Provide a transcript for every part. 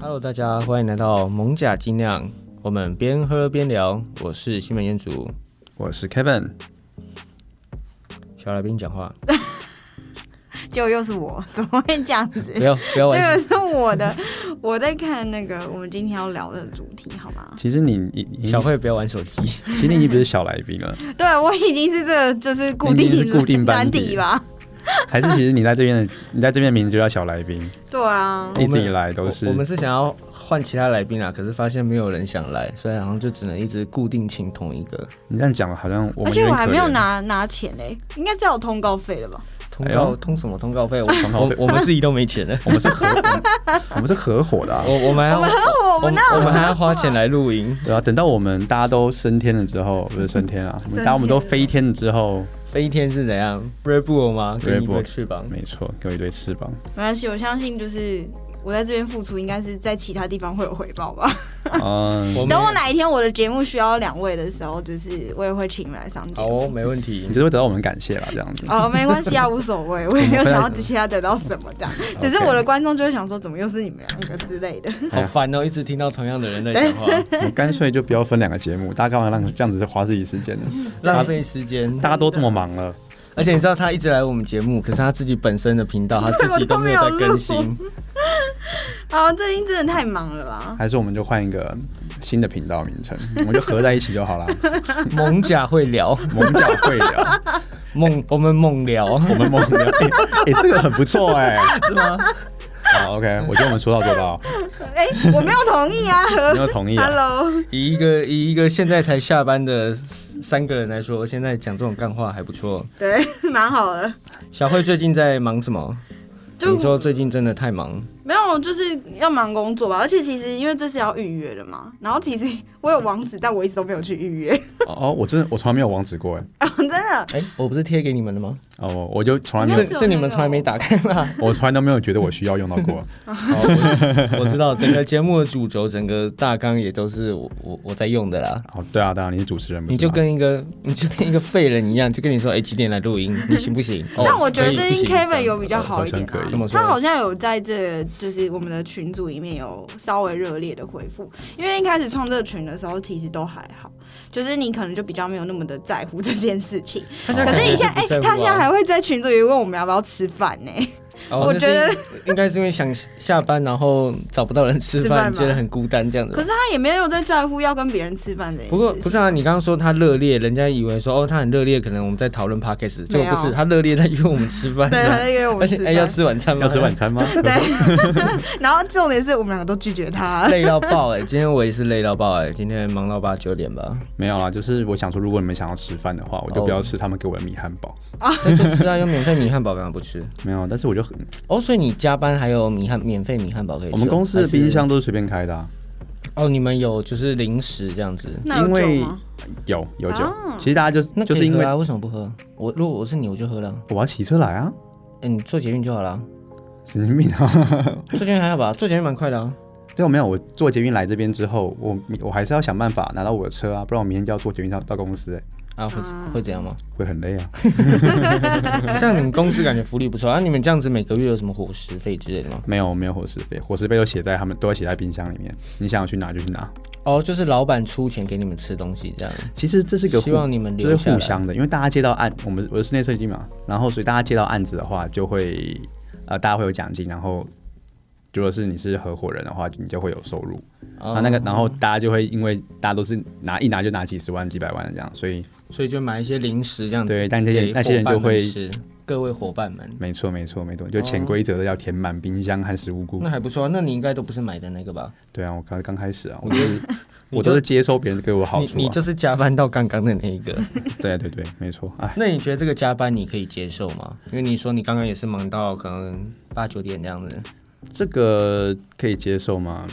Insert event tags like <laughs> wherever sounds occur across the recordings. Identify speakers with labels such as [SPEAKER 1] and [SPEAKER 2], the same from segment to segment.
[SPEAKER 1] Hello，大家欢迎来到蒙甲精酿，我们边喝边聊。我是西门彦祖，
[SPEAKER 2] 我是 Kevin，
[SPEAKER 1] 小来宾讲
[SPEAKER 2] <laughs>
[SPEAKER 1] 话，
[SPEAKER 3] 就又是我，怎么会这样
[SPEAKER 2] <laughs>
[SPEAKER 3] 子？
[SPEAKER 1] 不要不要
[SPEAKER 3] 这
[SPEAKER 1] 玩，
[SPEAKER 3] 个是我的，我在看那个我们今天要聊的主题，好吗？
[SPEAKER 2] 其实你你你，
[SPEAKER 1] 小慧不要玩手机。
[SPEAKER 2] 其实你已经不是小来
[SPEAKER 1] <laughs>
[SPEAKER 2] 宾了，
[SPEAKER 3] 对，我已经是这个就是固
[SPEAKER 2] 你已经
[SPEAKER 3] 定
[SPEAKER 2] 是固定班
[SPEAKER 3] 班
[SPEAKER 2] 底
[SPEAKER 3] 底吧？
[SPEAKER 2] 还是其实你在这边的你在这边的名字就叫小来宾，
[SPEAKER 3] 对啊，
[SPEAKER 2] <laughs> 一直以来都是
[SPEAKER 1] 我，我们是想要换其他来宾啊啦，可是发现没有人想来，所以好像就只能一直固定请同一个。
[SPEAKER 2] 你这样讲好像我
[SPEAKER 3] 而
[SPEAKER 2] 们
[SPEAKER 3] 且
[SPEAKER 2] 有
[SPEAKER 3] 我
[SPEAKER 2] 点
[SPEAKER 3] 还
[SPEAKER 2] 可
[SPEAKER 3] 没有
[SPEAKER 2] 怜。
[SPEAKER 3] 拿拿钱嘞，应该只有通告费了吧？
[SPEAKER 1] 通
[SPEAKER 2] 哎
[SPEAKER 1] 告、
[SPEAKER 2] 呦
[SPEAKER 1] 通什么通告费？我
[SPEAKER 2] 告费。
[SPEAKER 1] 我我们自己都没钱的
[SPEAKER 2] 我们是合，我们是合伙的啊，
[SPEAKER 1] <laughs> 我我们还要
[SPEAKER 3] 我
[SPEAKER 1] 我们
[SPEAKER 3] 们那
[SPEAKER 1] 我们还要花钱来录音，
[SPEAKER 2] 对啊，等到我们大家都升天了之后，不是升天
[SPEAKER 3] <laughs>
[SPEAKER 2] 啊，我们大家我们都飞天了之后，
[SPEAKER 1] 飞天是怎样？Red Bull 吗？给你一
[SPEAKER 2] Red
[SPEAKER 1] 个
[SPEAKER 2] Bull
[SPEAKER 1] 翅膀。
[SPEAKER 2] 没错，给我一对翅
[SPEAKER 3] <laughs>
[SPEAKER 2] 膀，
[SPEAKER 3] 没关系，我相信就是我在这边付出，应该是在其他地方会有回报吧。
[SPEAKER 2] 嗯，
[SPEAKER 1] 我们
[SPEAKER 3] 等我哪一天我的节目需要两位的时候，就是我也会请你们来上节
[SPEAKER 1] 好
[SPEAKER 3] 目。
[SPEAKER 1] 哦，没问题
[SPEAKER 2] <laughs> 你。就会得到我们感谢啦，这样
[SPEAKER 3] <laughs>
[SPEAKER 2] 子。
[SPEAKER 3] 哦，没关系啊，无所谓，我也没有想要其他得到什么这样，只是我的观众就会想说，怎么又是你们两个之类 <laughs> 的。
[SPEAKER 1] 好烦哦，一直听到同样的人在讲话，
[SPEAKER 2] 你干脆就不要分两个节目，大家干嘛让这样子就花自己时间呢？
[SPEAKER 1] 浪费时间。
[SPEAKER 2] 大家都这么忙了，
[SPEAKER 1] 而且你知道他一直来我们节目，可是他自己本身的频道他自己都没有在更
[SPEAKER 3] 对我
[SPEAKER 1] 新。
[SPEAKER 3] 啊，最近真的太忙了啊吧？
[SPEAKER 2] 还是我们就换一个新的频道名称，我们就合在一起就 <laughs> 好啦。
[SPEAKER 1] <laughs> 猛甲会聊，
[SPEAKER 2] 猛脚会聊，
[SPEAKER 1] 猛我们猛聊，
[SPEAKER 2] 我们猛聊， <laughs> 哎、欸这个很不错哎、
[SPEAKER 1] 是吗？
[SPEAKER 2] 好，OK，我觉得我们说到做到，
[SPEAKER 3] 哎、我没有同意啊
[SPEAKER 2] 你有同意啊？
[SPEAKER 3] ，Hello，
[SPEAKER 1] 以一个以一个现在才下班的三个人来说，现在讲这种干话还不错。
[SPEAKER 3] 对，蛮好的。
[SPEAKER 1] 小慧最近在忙什么？
[SPEAKER 3] 就
[SPEAKER 1] 你说最近真的太忙，
[SPEAKER 3] 没有，就是要忙工作吧。而且其实因为这是要预约的嘛，然后其实我有网址，但我一直都没有去预约， <laughs>
[SPEAKER 2] 哦，我真的我从来没有网址过哎、
[SPEAKER 3] 真的。
[SPEAKER 1] 哎、我不是贴给你们的吗？
[SPEAKER 2] 哦，我就从来没
[SPEAKER 3] 没
[SPEAKER 1] 是
[SPEAKER 2] 有
[SPEAKER 3] 有，
[SPEAKER 1] 是你们从来没打开吗？ <laughs>
[SPEAKER 2] 我从来都没有觉得我需要用到过。
[SPEAKER 1] 好，我我知道整个节目的主轴，整个大纲也都是我我我在用的啦。
[SPEAKER 2] 哦，对啊，当然你是主持人，不是
[SPEAKER 1] 你就
[SPEAKER 2] 吗
[SPEAKER 1] 跟一个你就跟一个废人一样，就跟你说，哎、几点来录音？你行不
[SPEAKER 3] <laughs>
[SPEAKER 1] 行？哦
[SPEAKER 3] 但我觉得
[SPEAKER 1] 可以
[SPEAKER 3] 最近
[SPEAKER 1] 不行
[SPEAKER 3] Kevin 有比较
[SPEAKER 2] 好
[SPEAKER 3] 好一
[SPEAKER 2] 像
[SPEAKER 3] 点
[SPEAKER 2] 可
[SPEAKER 3] 啊
[SPEAKER 2] 以
[SPEAKER 1] 这么，说
[SPEAKER 3] 他好像有在这就是我们的群组里面有稍微热烈的回复，因为一开始创这个群的时候其实都还好，就是你可能就比较没有那么的在乎这件事情。
[SPEAKER 1] 他现在
[SPEAKER 3] 可是你现在哎、
[SPEAKER 1] 感觉不在乎啊
[SPEAKER 3] 他现在还会在群组里问我们要不要吃饭呢、
[SPEAKER 1] 哦那
[SPEAKER 3] 我
[SPEAKER 1] 是
[SPEAKER 3] 觉得
[SPEAKER 1] 应该是因为想下班，然后找不到人吃
[SPEAKER 3] 吃饭
[SPEAKER 1] 饭，
[SPEAKER 3] 吗
[SPEAKER 1] 觉得很孤单这样子
[SPEAKER 3] 可
[SPEAKER 1] 吧。
[SPEAKER 3] 是他也没有在在乎要跟别人吃饭这件事。
[SPEAKER 1] 不过不是啊，你刚刚说他热烈，人家以为说哦他很热烈，可能我们在讨论 podcast，结
[SPEAKER 3] 没有
[SPEAKER 1] 果不是，他热烈在约我们吃饭、
[SPEAKER 3] 对，他
[SPEAKER 1] 啊，
[SPEAKER 3] 在约我
[SPEAKER 1] 而
[SPEAKER 3] 们吃
[SPEAKER 1] 且哎
[SPEAKER 3] 饭。
[SPEAKER 1] 要吃晚餐吗？
[SPEAKER 2] 要吃晚餐吗？ <laughs>
[SPEAKER 3] 对， <laughs> 然后重点是我们两个都拒绝
[SPEAKER 1] <laughs>
[SPEAKER 3] 他。
[SPEAKER 1] 累到爆哎、今天我也是累到爆哎、今天忙到八九点吧，
[SPEAKER 2] 没有啦，就是我想说，如果你们想要吃饭的话，我就
[SPEAKER 1] 哦
[SPEAKER 2] 不要吃他们给我的米汉堡。
[SPEAKER 1] 那就吃啊，有免费米汉堡干嘛不吃？
[SPEAKER 2] 没有，但是我就很，
[SPEAKER 1] 哦，所以你加班还有米汉免费米汉堡可以吃哦？
[SPEAKER 2] 我们公司的
[SPEAKER 1] 还是
[SPEAKER 2] 冰箱都是随便开的、啊，
[SPEAKER 1] 哦，你们有就是零食这样子？
[SPEAKER 3] 那有
[SPEAKER 2] 因为
[SPEAKER 3] 酒吗？
[SPEAKER 2] 有有酒。
[SPEAKER 3] 啊
[SPEAKER 2] 其实大家就
[SPEAKER 1] 那
[SPEAKER 2] 就
[SPEAKER 1] 可
[SPEAKER 2] 是
[SPEAKER 1] 以
[SPEAKER 2] 因
[SPEAKER 1] 喝
[SPEAKER 2] 为
[SPEAKER 1] 啊，为什么不喝？我如果我是你，我就喝了。
[SPEAKER 2] 我要骑车来啊，
[SPEAKER 1] 哎、你坐捷运就好了，
[SPEAKER 2] 神经病啊！ <laughs>
[SPEAKER 1] 坐捷运还好吧？坐捷运蛮快的啊。
[SPEAKER 2] 对，我没有，我坐捷运来这边之后，我我还是要想办法拿到我的车啊，不然我明天就要坐捷运到到公司、欸，
[SPEAKER 1] 啊，会
[SPEAKER 3] 啊
[SPEAKER 1] 会怎样吗？ <laughs>
[SPEAKER 2] 会很累啊。
[SPEAKER 1] 这样你们公司感觉福利不错啊？你们这样子每个月有什么伙食费之类的吗？
[SPEAKER 2] 没有没有伙食费，伙食费都写在他们都要写在冰箱里面，你想要去拿就去拿。
[SPEAKER 1] 哦，就是老板出钱给你们吃东西这样。
[SPEAKER 2] 其实这是个
[SPEAKER 1] 希
[SPEAKER 2] 互
[SPEAKER 1] 望你们
[SPEAKER 2] 这
[SPEAKER 1] 留
[SPEAKER 2] 是
[SPEAKER 1] 下
[SPEAKER 2] 互
[SPEAKER 1] 来。
[SPEAKER 2] 相的，因为大家接到案，我们我是室内设计嘛，然后所以大家接到案子的话，就会呃大家会有奖金，然后如果是你是合伙人的话，你就会有收入。
[SPEAKER 1] 哦
[SPEAKER 2] 啊，那个，然后大家就会因为大家都是拿一拿就拿几十万、几百万的这样，所以
[SPEAKER 1] 所以就买一些零食这样子
[SPEAKER 2] 对，但这
[SPEAKER 1] 给伙伴
[SPEAKER 2] 些
[SPEAKER 1] 们吃。
[SPEAKER 2] 那些人就会，
[SPEAKER 1] 各位伙伴们，
[SPEAKER 2] 没错，没错，没错，就潜规则的要填满冰箱和食物库
[SPEAKER 1] 哦那。还不错啊。那你应该都不是买的那个吧？
[SPEAKER 2] 对啊，我刚刚开始
[SPEAKER 1] <laughs>
[SPEAKER 2] 啊，我就是
[SPEAKER 1] 你
[SPEAKER 2] 我
[SPEAKER 1] 就
[SPEAKER 2] 都是接收别人给我好
[SPEAKER 1] 你
[SPEAKER 2] 处、啊
[SPEAKER 1] 你就是加班到刚刚的那一个。
[SPEAKER 2] <laughs> 对对对，没错，哎，
[SPEAKER 1] 那你觉得这个加班你可以接受吗？因为你说你刚刚也是忙到可能八九点这样子。
[SPEAKER 2] 这个可以接受吗？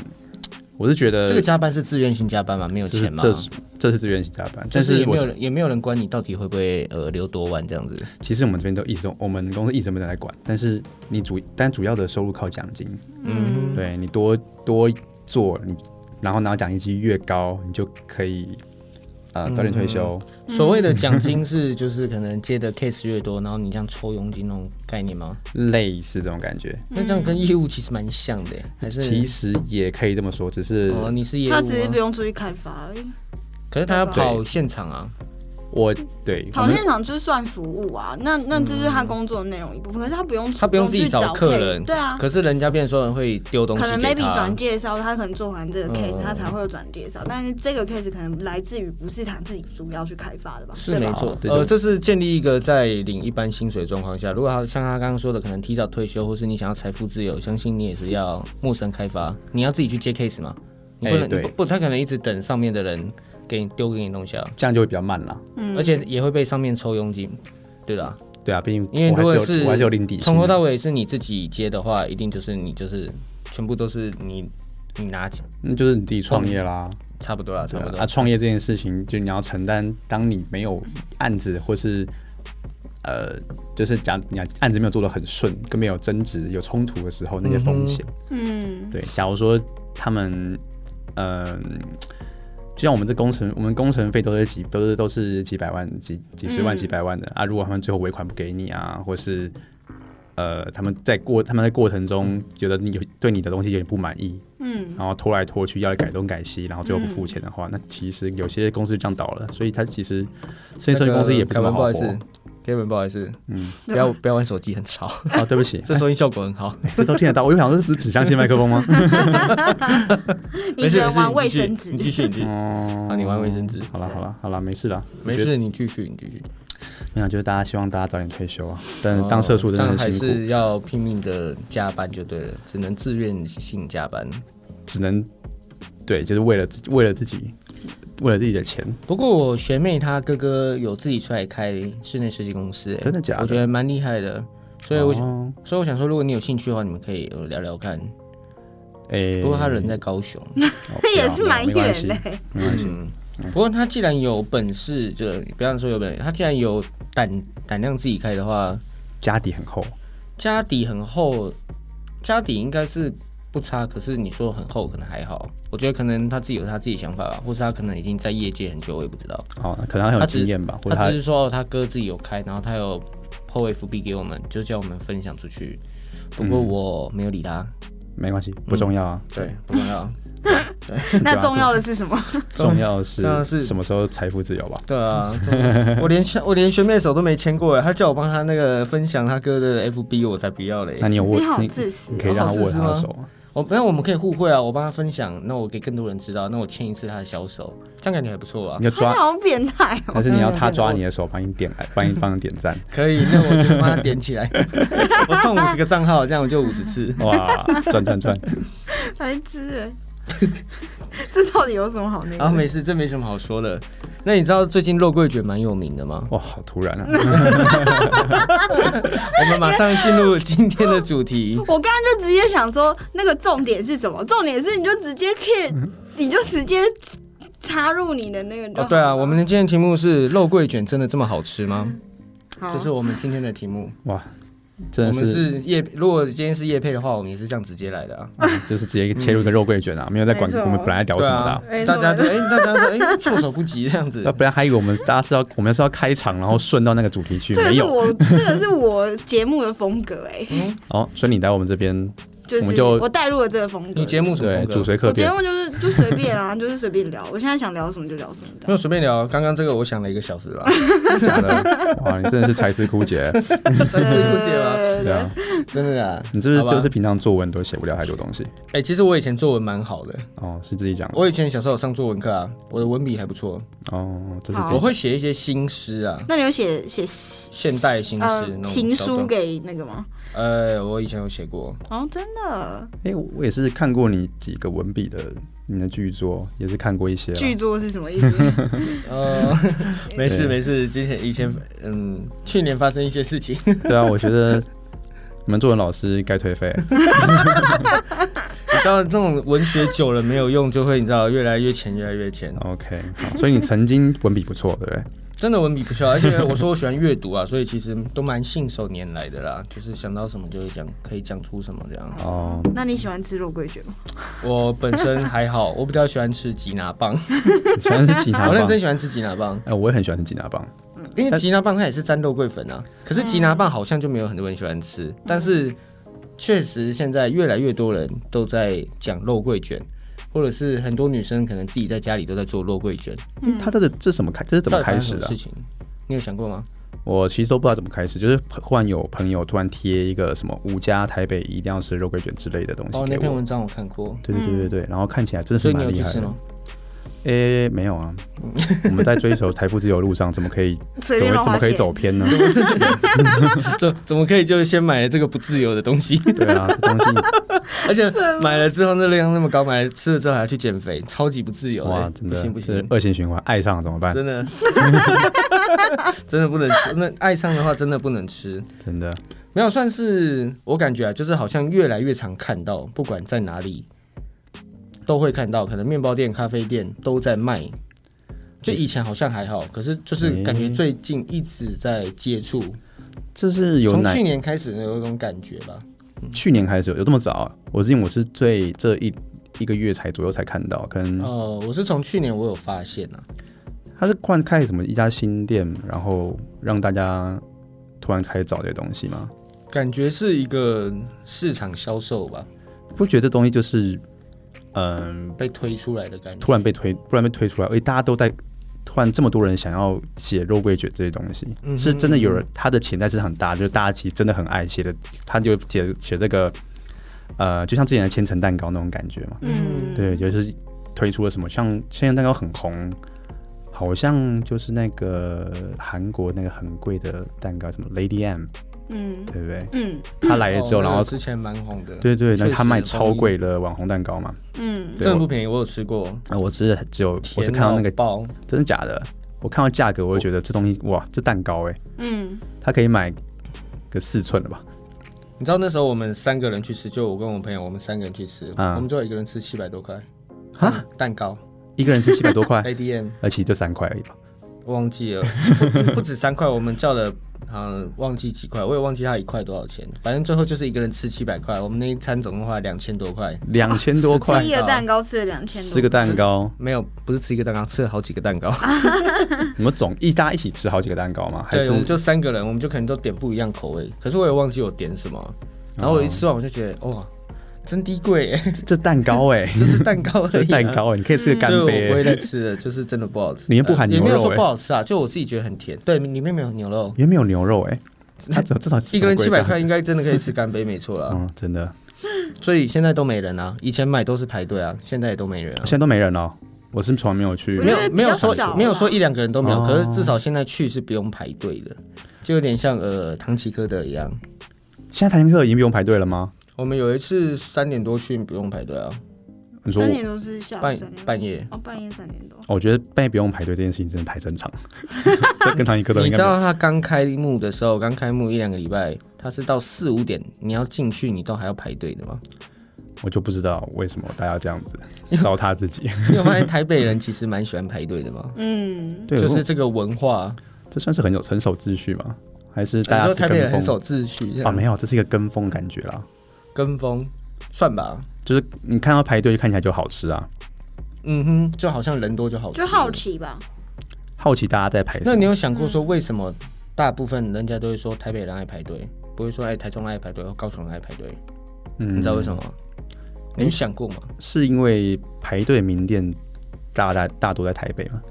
[SPEAKER 2] 我是觉得
[SPEAKER 1] 这个加班是自愿性加班吗？没有
[SPEAKER 2] 这是
[SPEAKER 1] 钱吗？
[SPEAKER 2] 呃这是这是自愿性加班，
[SPEAKER 1] 就
[SPEAKER 2] 但
[SPEAKER 1] 是
[SPEAKER 2] 是
[SPEAKER 1] 也
[SPEAKER 2] 我
[SPEAKER 1] 没有人也没有人管你到底会不会呃留多晚这样子。
[SPEAKER 2] 其实我们这边都一直都我们公司一直没有在管，但是你主但主要的收入靠奖金，
[SPEAKER 1] 嗯，
[SPEAKER 2] 对你多多做你，然后拿奖金机越高，你就可以呃早点
[SPEAKER 1] 嗯
[SPEAKER 2] 退休，
[SPEAKER 1] 所谓的奖金是就是可能接的 case 越多，然后你这样抽佣金那种概念吗？
[SPEAKER 2] 类似这种感觉。
[SPEAKER 1] 那这样跟业务其实蛮像的耶，欸还是
[SPEAKER 2] 嗯其实也可以这么说，只是
[SPEAKER 1] 哦，你是业务
[SPEAKER 3] 他只是
[SPEAKER 1] 吗
[SPEAKER 3] 不用出去开发而已。
[SPEAKER 1] 可是他要
[SPEAKER 3] 对
[SPEAKER 1] 跑现场啊，
[SPEAKER 2] 我对我
[SPEAKER 3] 跑
[SPEAKER 2] 们
[SPEAKER 3] 现场就是算服务啊，那那这是他工作的内容一部分，可是他不用
[SPEAKER 1] 嗯他不用自己
[SPEAKER 3] 主动去
[SPEAKER 1] 找
[SPEAKER 3] 找
[SPEAKER 1] 客人，
[SPEAKER 3] 配对啊。
[SPEAKER 1] 可是人家变成说人会丢东西
[SPEAKER 3] 可能
[SPEAKER 1] 给
[SPEAKER 3] maybe
[SPEAKER 1] 他
[SPEAKER 3] 转介绍，他可能做完这个 case，、
[SPEAKER 1] 嗯
[SPEAKER 3] 他才会有转介绍，但是这个 case 可能来自于不是他自己主要去开发的吧？
[SPEAKER 1] 是
[SPEAKER 3] 对吧
[SPEAKER 1] 没错，
[SPEAKER 2] 对
[SPEAKER 1] 呃，
[SPEAKER 2] 对
[SPEAKER 1] 这是建立一个在领一般薪水状况下，如果他像他刚刚说的，可能提早退休，或是你想要财富自由，相信你也是要陌生开发，你要自己去接 case 嘛，你不
[SPEAKER 2] 哎
[SPEAKER 1] 能、
[SPEAKER 2] 对
[SPEAKER 1] 不不太可能一直等上面的人给你丢给你东西啊，
[SPEAKER 2] 这样就会比较慢了。
[SPEAKER 1] 而且也会被上面抽佣金，对啦，
[SPEAKER 2] 对啊，毕竟
[SPEAKER 1] 因为
[SPEAKER 2] 我还
[SPEAKER 1] 如果
[SPEAKER 2] 是有
[SPEAKER 1] 是
[SPEAKER 2] 我还是有领底薪的，啊
[SPEAKER 1] 从头到尾是你自己接的话，一定就是你就是全部都是你你拿
[SPEAKER 2] 那就是你自己创业啦。
[SPEAKER 1] 差不多啦，嗯差
[SPEAKER 2] 对
[SPEAKER 1] 不多。
[SPEAKER 2] 啊，创业这件事情，就你要承担，当你没有案子或是呃，就是讲你案子没有做得很顺，跟没有争执、有冲突的时候，那些风险。
[SPEAKER 3] 嗯，
[SPEAKER 2] 对，假如说他们，嗯、就像我们这工程，我们工程费都是几都是都是几百万、几几十万、
[SPEAKER 3] 嗯
[SPEAKER 2] 几百万的、啊。如果他们最后尾款不给你啊，或是呃，他们在过他们在过程
[SPEAKER 1] 嗯
[SPEAKER 2] 中觉得你有对你的东西有点不满意，
[SPEAKER 3] 嗯，
[SPEAKER 2] 然后拖来拖去要改东改西，然后最后不付钱的
[SPEAKER 1] 嗯
[SPEAKER 2] 话，那其实有些公司就这样倒了，所以它其实现在设计公司也不是
[SPEAKER 1] 那
[SPEAKER 2] 很
[SPEAKER 1] 个
[SPEAKER 2] 好活
[SPEAKER 1] 凯文不好意思。Kevin，不好意思，
[SPEAKER 2] 嗯，
[SPEAKER 1] 不要不要玩手机，很吵， <laughs>
[SPEAKER 2] 啊，对不起，
[SPEAKER 1] 这收音效果很好。
[SPEAKER 2] 这都听得到。我就想，这不是指向性麦克
[SPEAKER 1] <laughs>
[SPEAKER 2] 风吗？
[SPEAKER 3] 你只能玩卫生
[SPEAKER 1] 没事没事你
[SPEAKER 3] 纸，
[SPEAKER 1] 继续，你继续，
[SPEAKER 2] 哦
[SPEAKER 1] 啊你玩卫生纸
[SPEAKER 2] 好了，好了，好了，没事了，
[SPEAKER 1] 没
[SPEAKER 2] 我觉得。
[SPEAKER 1] 事，你继续，你继续。
[SPEAKER 2] 没有，就是大家希望大家早点退休啊，但当社畜真
[SPEAKER 1] 哦但呃
[SPEAKER 2] 的
[SPEAKER 1] 还
[SPEAKER 2] 很辛苦，
[SPEAKER 1] 是要拼命的加班就对了，只能自愿性加班。
[SPEAKER 2] 只能对，就是为了自为了自己，为了自己的钱，
[SPEAKER 1] 不过我学妹她哥哥有自己出来开室内设计公司、欸，
[SPEAKER 2] 真的假的
[SPEAKER 1] 我觉得蛮厉害的，所以我想，
[SPEAKER 2] 哦
[SPEAKER 1] 所以我想说，如果你有兴趣的话，你们可以呃聊聊看。
[SPEAKER 2] 哎，
[SPEAKER 1] 不过他人在高雄，
[SPEAKER 2] 哦
[SPEAKER 3] 这也是蛮
[SPEAKER 2] 没关系
[SPEAKER 3] 远
[SPEAKER 1] <laughs>
[SPEAKER 3] 的。
[SPEAKER 2] 没关系，
[SPEAKER 1] 嗯，不过他既然有本事，就不要说有本事，他既然有胆胆量自己开的话，
[SPEAKER 2] 家底很厚，
[SPEAKER 1] 家底很厚，家底应该是不差，可是你说很厚可能还好，我觉得可能他自己有他自己想法吧，或是他可能已经在业界很久，我也不知道。
[SPEAKER 2] 好，哦可能他很
[SPEAKER 1] 他
[SPEAKER 2] 有
[SPEAKER 1] 只
[SPEAKER 2] 经验吧，或者
[SPEAKER 1] 他
[SPEAKER 2] 他
[SPEAKER 1] 只是说哦他哥自己有开，然后他有 PO FB 给我们，就叫我们分享出去。不过我没有理他，
[SPEAKER 2] 没关系，不
[SPEAKER 1] 嗯
[SPEAKER 2] 重要啊，
[SPEAKER 1] 对，不重要。
[SPEAKER 3] 那重要的是什
[SPEAKER 1] <laughs>
[SPEAKER 3] 么？
[SPEAKER 2] 重要的是
[SPEAKER 1] 重要的是
[SPEAKER 2] 什么时候财富自由吧？
[SPEAKER 1] 对啊，真的我连我连学妹手都没牵过哎，他叫我帮他那个分享他哥的 FB，我才不要嘞
[SPEAKER 2] 那。你有握
[SPEAKER 3] 你好
[SPEAKER 2] 你
[SPEAKER 3] 自私哦
[SPEAKER 2] 你可以让他握他
[SPEAKER 1] 好
[SPEAKER 2] 的
[SPEAKER 1] 自私
[SPEAKER 2] 手啊，
[SPEAKER 1] 我那我们可以互惠啊，我帮他分享，那我给更多人知道，那我牵一次他的小手，这样感觉还不错啊
[SPEAKER 2] 你。就
[SPEAKER 3] 他
[SPEAKER 2] 抓，
[SPEAKER 3] <laughs> 好变态哦！
[SPEAKER 2] 但是你要他抓你的手，帮你点来，帮你帮你点
[SPEAKER 1] <laughs>
[SPEAKER 2] 赞，
[SPEAKER 1] 可以，那我就帮他点起
[SPEAKER 2] <laughs>
[SPEAKER 1] 来，我充五十个账号，这样我就五十次。
[SPEAKER 2] 哇，赚赚赚，
[SPEAKER 3] 白痴欸， <laughs> 这到底有什么好那
[SPEAKER 1] 啊，
[SPEAKER 3] 个？。
[SPEAKER 1] 没事，这没什么好说的。那你知道最近肉桂卷蛮有名的吗？
[SPEAKER 2] 哇，好突然啊！
[SPEAKER 1] <laughs> 我们马上进入今天的主题
[SPEAKER 3] <laughs> 我刚刚就直接想说，那个重点是什么？重点是你就直接 care，你就直接插入你的那个就好
[SPEAKER 1] 哦
[SPEAKER 3] 了。，
[SPEAKER 1] 对啊，我们的今天的题目是肉桂卷真的这么好吃吗？
[SPEAKER 3] 好
[SPEAKER 1] 这是我们今天的题目。
[SPEAKER 2] 哇，真
[SPEAKER 1] 我
[SPEAKER 2] 的
[SPEAKER 1] 们
[SPEAKER 2] 是
[SPEAKER 1] 是叶，如果今天是叶配的话，我们也是这样直接来的啊。
[SPEAKER 2] 嗯就是直接切入一个肉桂卷啊，没有在管
[SPEAKER 3] 没错
[SPEAKER 2] 我们本来聊什么的啊。
[SPEAKER 3] 哎
[SPEAKER 1] 大家就哎，大家就哎措手不及这样子
[SPEAKER 2] 那。本来还以为我们大家是要我们是要开场，然后顺到那个主题去，
[SPEAKER 3] 这个
[SPEAKER 2] 没
[SPEAKER 3] 是
[SPEAKER 2] 有
[SPEAKER 3] 我，这个是我节目的风格哎、
[SPEAKER 2] 哦。所以你来我们这边，
[SPEAKER 3] 就
[SPEAKER 2] 我们
[SPEAKER 3] 是
[SPEAKER 2] 就
[SPEAKER 3] 我带入了这个风格
[SPEAKER 1] 你。节目什么
[SPEAKER 2] 对
[SPEAKER 1] 风
[SPEAKER 2] 主
[SPEAKER 1] 格？
[SPEAKER 2] 随
[SPEAKER 3] 我
[SPEAKER 2] 客
[SPEAKER 3] 节
[SPEAKER 2] 便。
[SPEAKER 3] 目就是就随便啊， <laughs> 就是随便聊。我现在想聊什么就聊什么的
[SPEAKER 1] 没。有随便聊，刚刚这个我想了一个小时吧，
[SPEAKER 2] 假的， <laughs> 哇，你真的是才思枯
[SPEAKER 3] <laughs>
[SPEAKER 2] 竭，
[SPEAKER 1] 才知不觉吗？
[SPEAKER 3] 对
[SPEAKER 2] 对啊，
[SPEAKER 1] 真的啊，
[SPEAKER 2] 你是不
[SPEAKER 1] 好
[SPEAKER 2] 是
[SPEAKER 1] 吧
[SPEAKER 2] 就是平常作文都写不了太多东西？
[SPEAKER 1] 哎，其实我以前作文蛮好的，
[SPEAKER 2] 哦，是自己讲的
[SPEAKER 1] 我以前小时候有上作文课啊，我的文笔还不错，
[SPEAKER 2] 哦，这是
[SPEAKER 3] 好
[SPEAKER 2] 自
[SPEAKER 1] 我
[SPEAKER 2] 己
[SPEAKER 1] 会写一些新诗啊，
[SPEAKER 3] 那你有写写
[SPEAKER 1] 现代新诗那
[SPEAKER 3] 呃
[SPEAKER 1] 种
[SPEAKER 3] 情
[SPEAKER 1] 小
[SPEAKER 3] 书
[SPEAKER 1] 段
[SPEAKER 3] 给那个吗？
[SPEAKER 1] 呃，我以前有写过，
[SPEAKER 3] 哦，真的，
[SPEAKER 2] 哎，我我也是看过你几个文笔的你的剧作，也是看过一些啊啦。
[SPEAKER 3] 剧作是什么意思？ <laughs>
[SPEAKER 1] 呃，没事
[SPEAKER 2] 对
[SPEAKER 1] 没事，之前以前嗯，去年发生一些事情， <laughs>
[SPEAKER 2] 对啊，我觉得你们作文老师该颓
[SPEAKER 3] <laughs>
[SPEAKER 2] 废。
[SPEAKER 1] 你知道那种文学久了没有用，就会你知道越来越浅，越来越浅。
[SPEAKER 2] OK，好，所以你曾经文笔不错，对不对？
[SPEAKER 1] 真的文笔不错，而且我说我喜欢阅读啊，所以其实都蛮信手拈来的啦，就是想到什么就会讲，可以讲出什么这样。
[SPEAKER 2] 哦，
[SPEAKER 3] 那你喜欢吃肉桂卷吗？
[SPEAKER 1] 我本身还好，我比较喜欢吃吉拿棒，
[SPEAKER 2] 你喜欢吃
[SPEAKER 1] <laughs>
[SPEAKER 2] 吉拿棒？
[SPEAKER 1] 我认真喜欢吃吉拿棒，
[SPEAKER 2] 哎，我也很喜欢吃吉拿棒。
[SPEAKER 1] 因为
[SPEAKER 2] 但
[SPEAKER 1] 吉拿棒它也是沾肉桂粉啊。可是吉拿棒好像就没有很多人喜欢
[SPEAKER 2] 嗯
[SPEAKER 1] 吃，但是确实现在越来越多人都在讲肉桂卷，或者是很多女生可能自己在家里都在做肉桂卷，
[SPEAKER 2] 嗯它这个这什么开？这是怎么
[SPEAKER 1] 到底发
[SPEAKER 2] 开
[SPEAKER 1] 生
[SPEAKER 2] 始
[SPEAKER 1] 什
[SPEAKER 2] 的啊
[SPEAKER 1] 事？情你有想过吗？
[SPEAKER 2] 我其实都不知道怎么开始，就是忽然有朋友突然贴一个什么“五家台北一定要吃肉桂卷”之类的东西
[SPEAKER 1] 哦，那
[SPEAKER 2] 给
[SPEAKER 1] 篇
[SPEAKER 2] 我。
[SPEAKER 1] 文章我看过，
[SPEAKER 2] 对对对对对，然后看起来真的
[SPEAKER 1] 所
[SPEAKER 2] 是
[SPEAKER 1] 以你
[SPEAKER 2] 蛮
[SPEAKER 1] 有
[SPEAKER 2] 厉
[SPEAKER 1] 去
[SPEAKER 2] 害
[SPEAKER 1] 吃
[SPEAKER 2] 的
[SPEAKER 1] 吗。？ <laughs> 嗯
[SPEAKER 2] 诶、没有啊，我们在追求财富自由路上，怎么可以
[SPEAKER 3] 随
[SPEAKER 2] 怎
[SPEAKER 1] <laughs>
[SPEAKER 3] 便
[SPEAKER 2] 么怎
[SPEAKER 3] 乱花
[SPEAKER 2] 么可以
[SPEAKER 3] 钱。
[SPEAKER 2] 走偏呢？
[SPEAKER 1] 怎怎么可以就先买了这个不自由的东西， <laughs>
[SPEAKER 2] 对啊，这东西
[SPEAKER 1] 而且买了之后热量那么高，买了吃了之后还要去减肥，超级不自由的、哎
[SPEAKER 2] 哇，真
[SPEAKER 1] 不行
[SPEAKER 2] 的
[SPEAKER 1] 不
[SPEAKER 2] 是
[SPEAKER 1] 行，
[SPEAKER 2] 恶性循环，爱上了怎么办？
[SPEAKER 1] 真的 <laughs> 真的不能吃。那爱上的话真的不能吃，
[SPEAKER 2] 真的，
[SPEAKER 1] 没有算是我感觉啊，就是好像越来越常看到，不管在哪里都会看到，可能面包店、咖啡店都在卖。就以前好像还好，可是就是感觉
[SPEAKER 2] 诶
[SPEAKER 1] 最近一直在接触，
[SPEAKER 2] 这是有
[SPEAKER 1] 从
[SPEAKER 2] 哪
[SPEAKER 1] 去年开始有一种感觉吧。
[SPEAKER 2] 去年开始有有这么早啊、我是因为我是最这一一个月才左右才看到，可能
[SPEAKER 1] 哦，我是从去年我有发现啊，
[SPEAKER 2] 他是突然开什么一家新店，然后让大家突然开始找这些东西吗？
[SPEAKER 1] 感觉是一个市场销售吧，
[SPEAKER 2] 不觉得这东西就是，嗯、
[SPEAKER 1] 被推出来的感觉。
[SPEAKER 2] 突然被推，突然被推出来，而且大家都在突然这么多人想要写肉桂卷这些东西，
[SPEAKER 1] 嗯哼
[SPEAKER 2] 是真的有人他的潜在市场很大，就是大家其实真的很爱写的，他就写写这个，呃，就像之前的千层蛋糕那种感觉嘛，
[SPEAKER 3] 嗯，
[SPEAKER 2] 对，就是推出了什么，像千层蛋糕很红。好像就是那个韩国那个很贵的蛋糕，什么 Lady M，
[SPEAKER 3] 嗯
[SPEAKER 2] 对不对？
[SPEAKER 3] 嗯
[SPEAKER 2] 他来了之后，
[SPEAKER 1] 哦那
[SPEAKER 2] 然
[SPEAKER 1] 个
[SPEAKER 2] 后
[SPEAKER 1] 之前蛮红的，
[SPEAKER 2] 对对，
[SPEAKER 1] 确
[SPEAKER 2] 那
[SPEAKER 1] 实
[SPEAKER 2] 他卖
[SPEAKER 1] 很
[SPEAKER 2] 超贵的网红蛋糕嘛。
[SPEAKER 3] 嗯，
[SPEAKER 1] 真
[SPEAKER 2] 对，
[SPEAKER 1] 的不
[SPEAKER 2] 我
[SPEAKER 1] 便宜，我有吃过。
[SPEAKER 2] 啊我只是只有我
[SPEAKER 1] 甜
[SPEAKER 2] 是看到那个
[SPEAKER 1] 到爆，
[SPEAKER 2] 真的假的，我看到价格我就觉得这东西哇，这蛋糕哎，
[SPEAKER 3] 嗯，
[SPEAKER 2] 它可以买个四寸的吧？
[SPEAKER 1] 你知道那时候我们三个人去吃，就我跟我朋友，我们三个人去吃，
[SPEAKER 2] 嗯
[SPEAKER 1] 我们就一个人吃七百多块
[SPEAKER 2] 啊，
[SPEAKER 1] 蛋糕
[SPEAKER 2] 一个人吃七百
[SPEAKER 1] <laughs>
[SPEAKER 2] 多块，
[SPEAKER 1] ADM
[SPEAKER 2] 而且就三块而已吧。
[SPEAKER 1] 我忘记了， <laughs> 不不止三块，我们叫了。嗯，忘记几块，我也忘记它一块多少钱。反正最后就是一个人吃七百块，我们那一餐总共花两千多块。
[SPEAKER 2] 两千多块
[SPEAKER 3] 吃一个蛋糕吃了两千多，
[SPEAKER 2] 吃个蛋糕，
[SPEAKER 1] 没有，不是吃一个蛋糕，吃了好几个蛋糕。
[SPEAKER 2] 你们总一大家一起吃好几个蛋糕吗？啊还
[SPEAKER 1] 对，
[SPEAKER 2] 是
[SPEAKER 1] 我们就三个人，我们就可能都点不一样口味。可是我也忘记我点什
[SPEAKER 2] 哦
[SPEAKER 1] 么，然后我一吃完我就觉得，哇，真低贵耶， <laughs>
[SPEAKER 2] 这这蛋糕哎，
[SPEAKER 1] 就是蛋糕而已、啊。嗯
[SPEAKER 2] 这蛋，糕哎，你可以吃个干
[SPEAKER 1] 所以我不
[SPEAKER 2] 杯
[SPEAKER 1] 会
[SPEAKER 2] 欸，
[SPEAKER 1] 再吃了，就是真的不好吃。
[SPEAKER 2] 里面不含
[SPEAKER 1] 呃也没
[SPEAKER 2] 牛
[SPEAKER 1] 有
[SPEAKER 2] 肉
[SPEAKER 1] 说
[SPEAKER 2] 欸
[SPEAKER 1] 不好吃啊，就我自己觉得很甜。对，里面没有牛肉，
[SPEAKER 2] 也没有牛肉哎，它至少至少
[SPEAKER 1] 一个人七百
[SPEAKER 2] 什么
[SPEAKER 1] 块应该真的可以吃干杯，没错
[SPEAKER 2] 贵
[SPEAKER 1] 啦。
[SPEAKER 2] 价，嗯，真的，
[SPEAKER 1] 所以现在都没人啊，以前买都是排队啊，现在也都没人啊
[SPEAKER 2] 现。在都没人了，我是从来没有去，
[SPEAKER 3] 我
[SPEAKER 1] 没
[SPEAKER 3] 觉得
[SPEAKER 1] 有
[SPEAKER 3] 比
[SPEAKER 1] 没有
[SPEAKER 3] 较
[SPEAKER 1] 说
[SPEAKER 3] 少
[SPEAKER 1] 没有说
[SPEAKER 3] 啦
[SPEAKER 1] 一两个人都没有，
[SPEAKER 2] 哦
[SPEAKER 1] 可是至少现在去是不用排队的，就有点像呃唐吉诃德一样。
[SPEAKER 2] 现在弹琴课已经不用排队了吗？
[SPEAKER 1] 我们有一次三点多去，不用排队啊，
[SPEAKER 2] 你说
[SPEAKER 3] 三
[SPEAKER 2] 我
[SPEAKER 3] 点多是下午
[SPEAKER 1] 半
[SPEAKER 3] 三点多
[SPEAKER 1] 半夜。
[SPEAKER 3] 哦，半夜三点多，
[SPEAKER 2] 哦我觉得半夜不用排队这件事情真的太正常， <laughs> 这跟唐一哥的
[SPEAKER 1] 你
[SPEAKER 2] 应
[SPEAKER 1] 知
[SPEAKER 2] 该没有
[SPEAKER 1] 道他刚开幕的时候，刚开幕一两个礼拜，他是到四五点，你要进去，你都还要排队的吗？
[SPEAKER 2] 我就不知道为什么大家这样子糟蹋自己。
[SPEAKER 1] <laughs> 你有发现台北人其实蛮喜欢排队的吗？
[SPEAKER 3] 嗯，
[SPEAKER 2] 对，
[SPEAKER 1] 就
[SPEAKER 2] 我
[SPEAKER 1] 是这个文化，
[SPEAKER 2] 这算是很有很守秩序吗？还是
[SPEAKER 1] 你
[SPEAKER 2] 大家
[SPEAKER 1] 说
[SPEAKER 2] 是
[SPEAKER 1] 台北人
[SPEAKER 2] 跟
[SPEAKER 1] 很
[SPEAKER 2] 风
[SPEAKER 1] 守秩序，这
[SPEAKER 2] 啊？
[SPEAKER 1] 样
[SPEAKER 2] 没有，这是一个跟风感觉啦。
[SPEAKER 1] 跟风算吧，
[SPEAKER 2] 就是你看到排队就看起来就好吃啊，
[SPEAKER 1] 嗯哼，就好像人多就好，
[SPEAKER 3] 就好。奇吧，
[SPEAKER 2] 好奇大家在排什
[SPEAKER 1] 那
[SPEAKER 2] 么
[SPEAKER 1] 你有想过说，为什么大部分人家都会说台北人爱排队，不会说哎台中人爱排队或高雄人爱排队？
[SPEAKER 2] 嗯
[SPEAKER 1] 你知道为什么吗？你有想过吗？
[SPEAKER 2] 是因为排队名店大大大多在台北
[SPEAKER 1] <laughs>
[SPEAKER 2] 吗？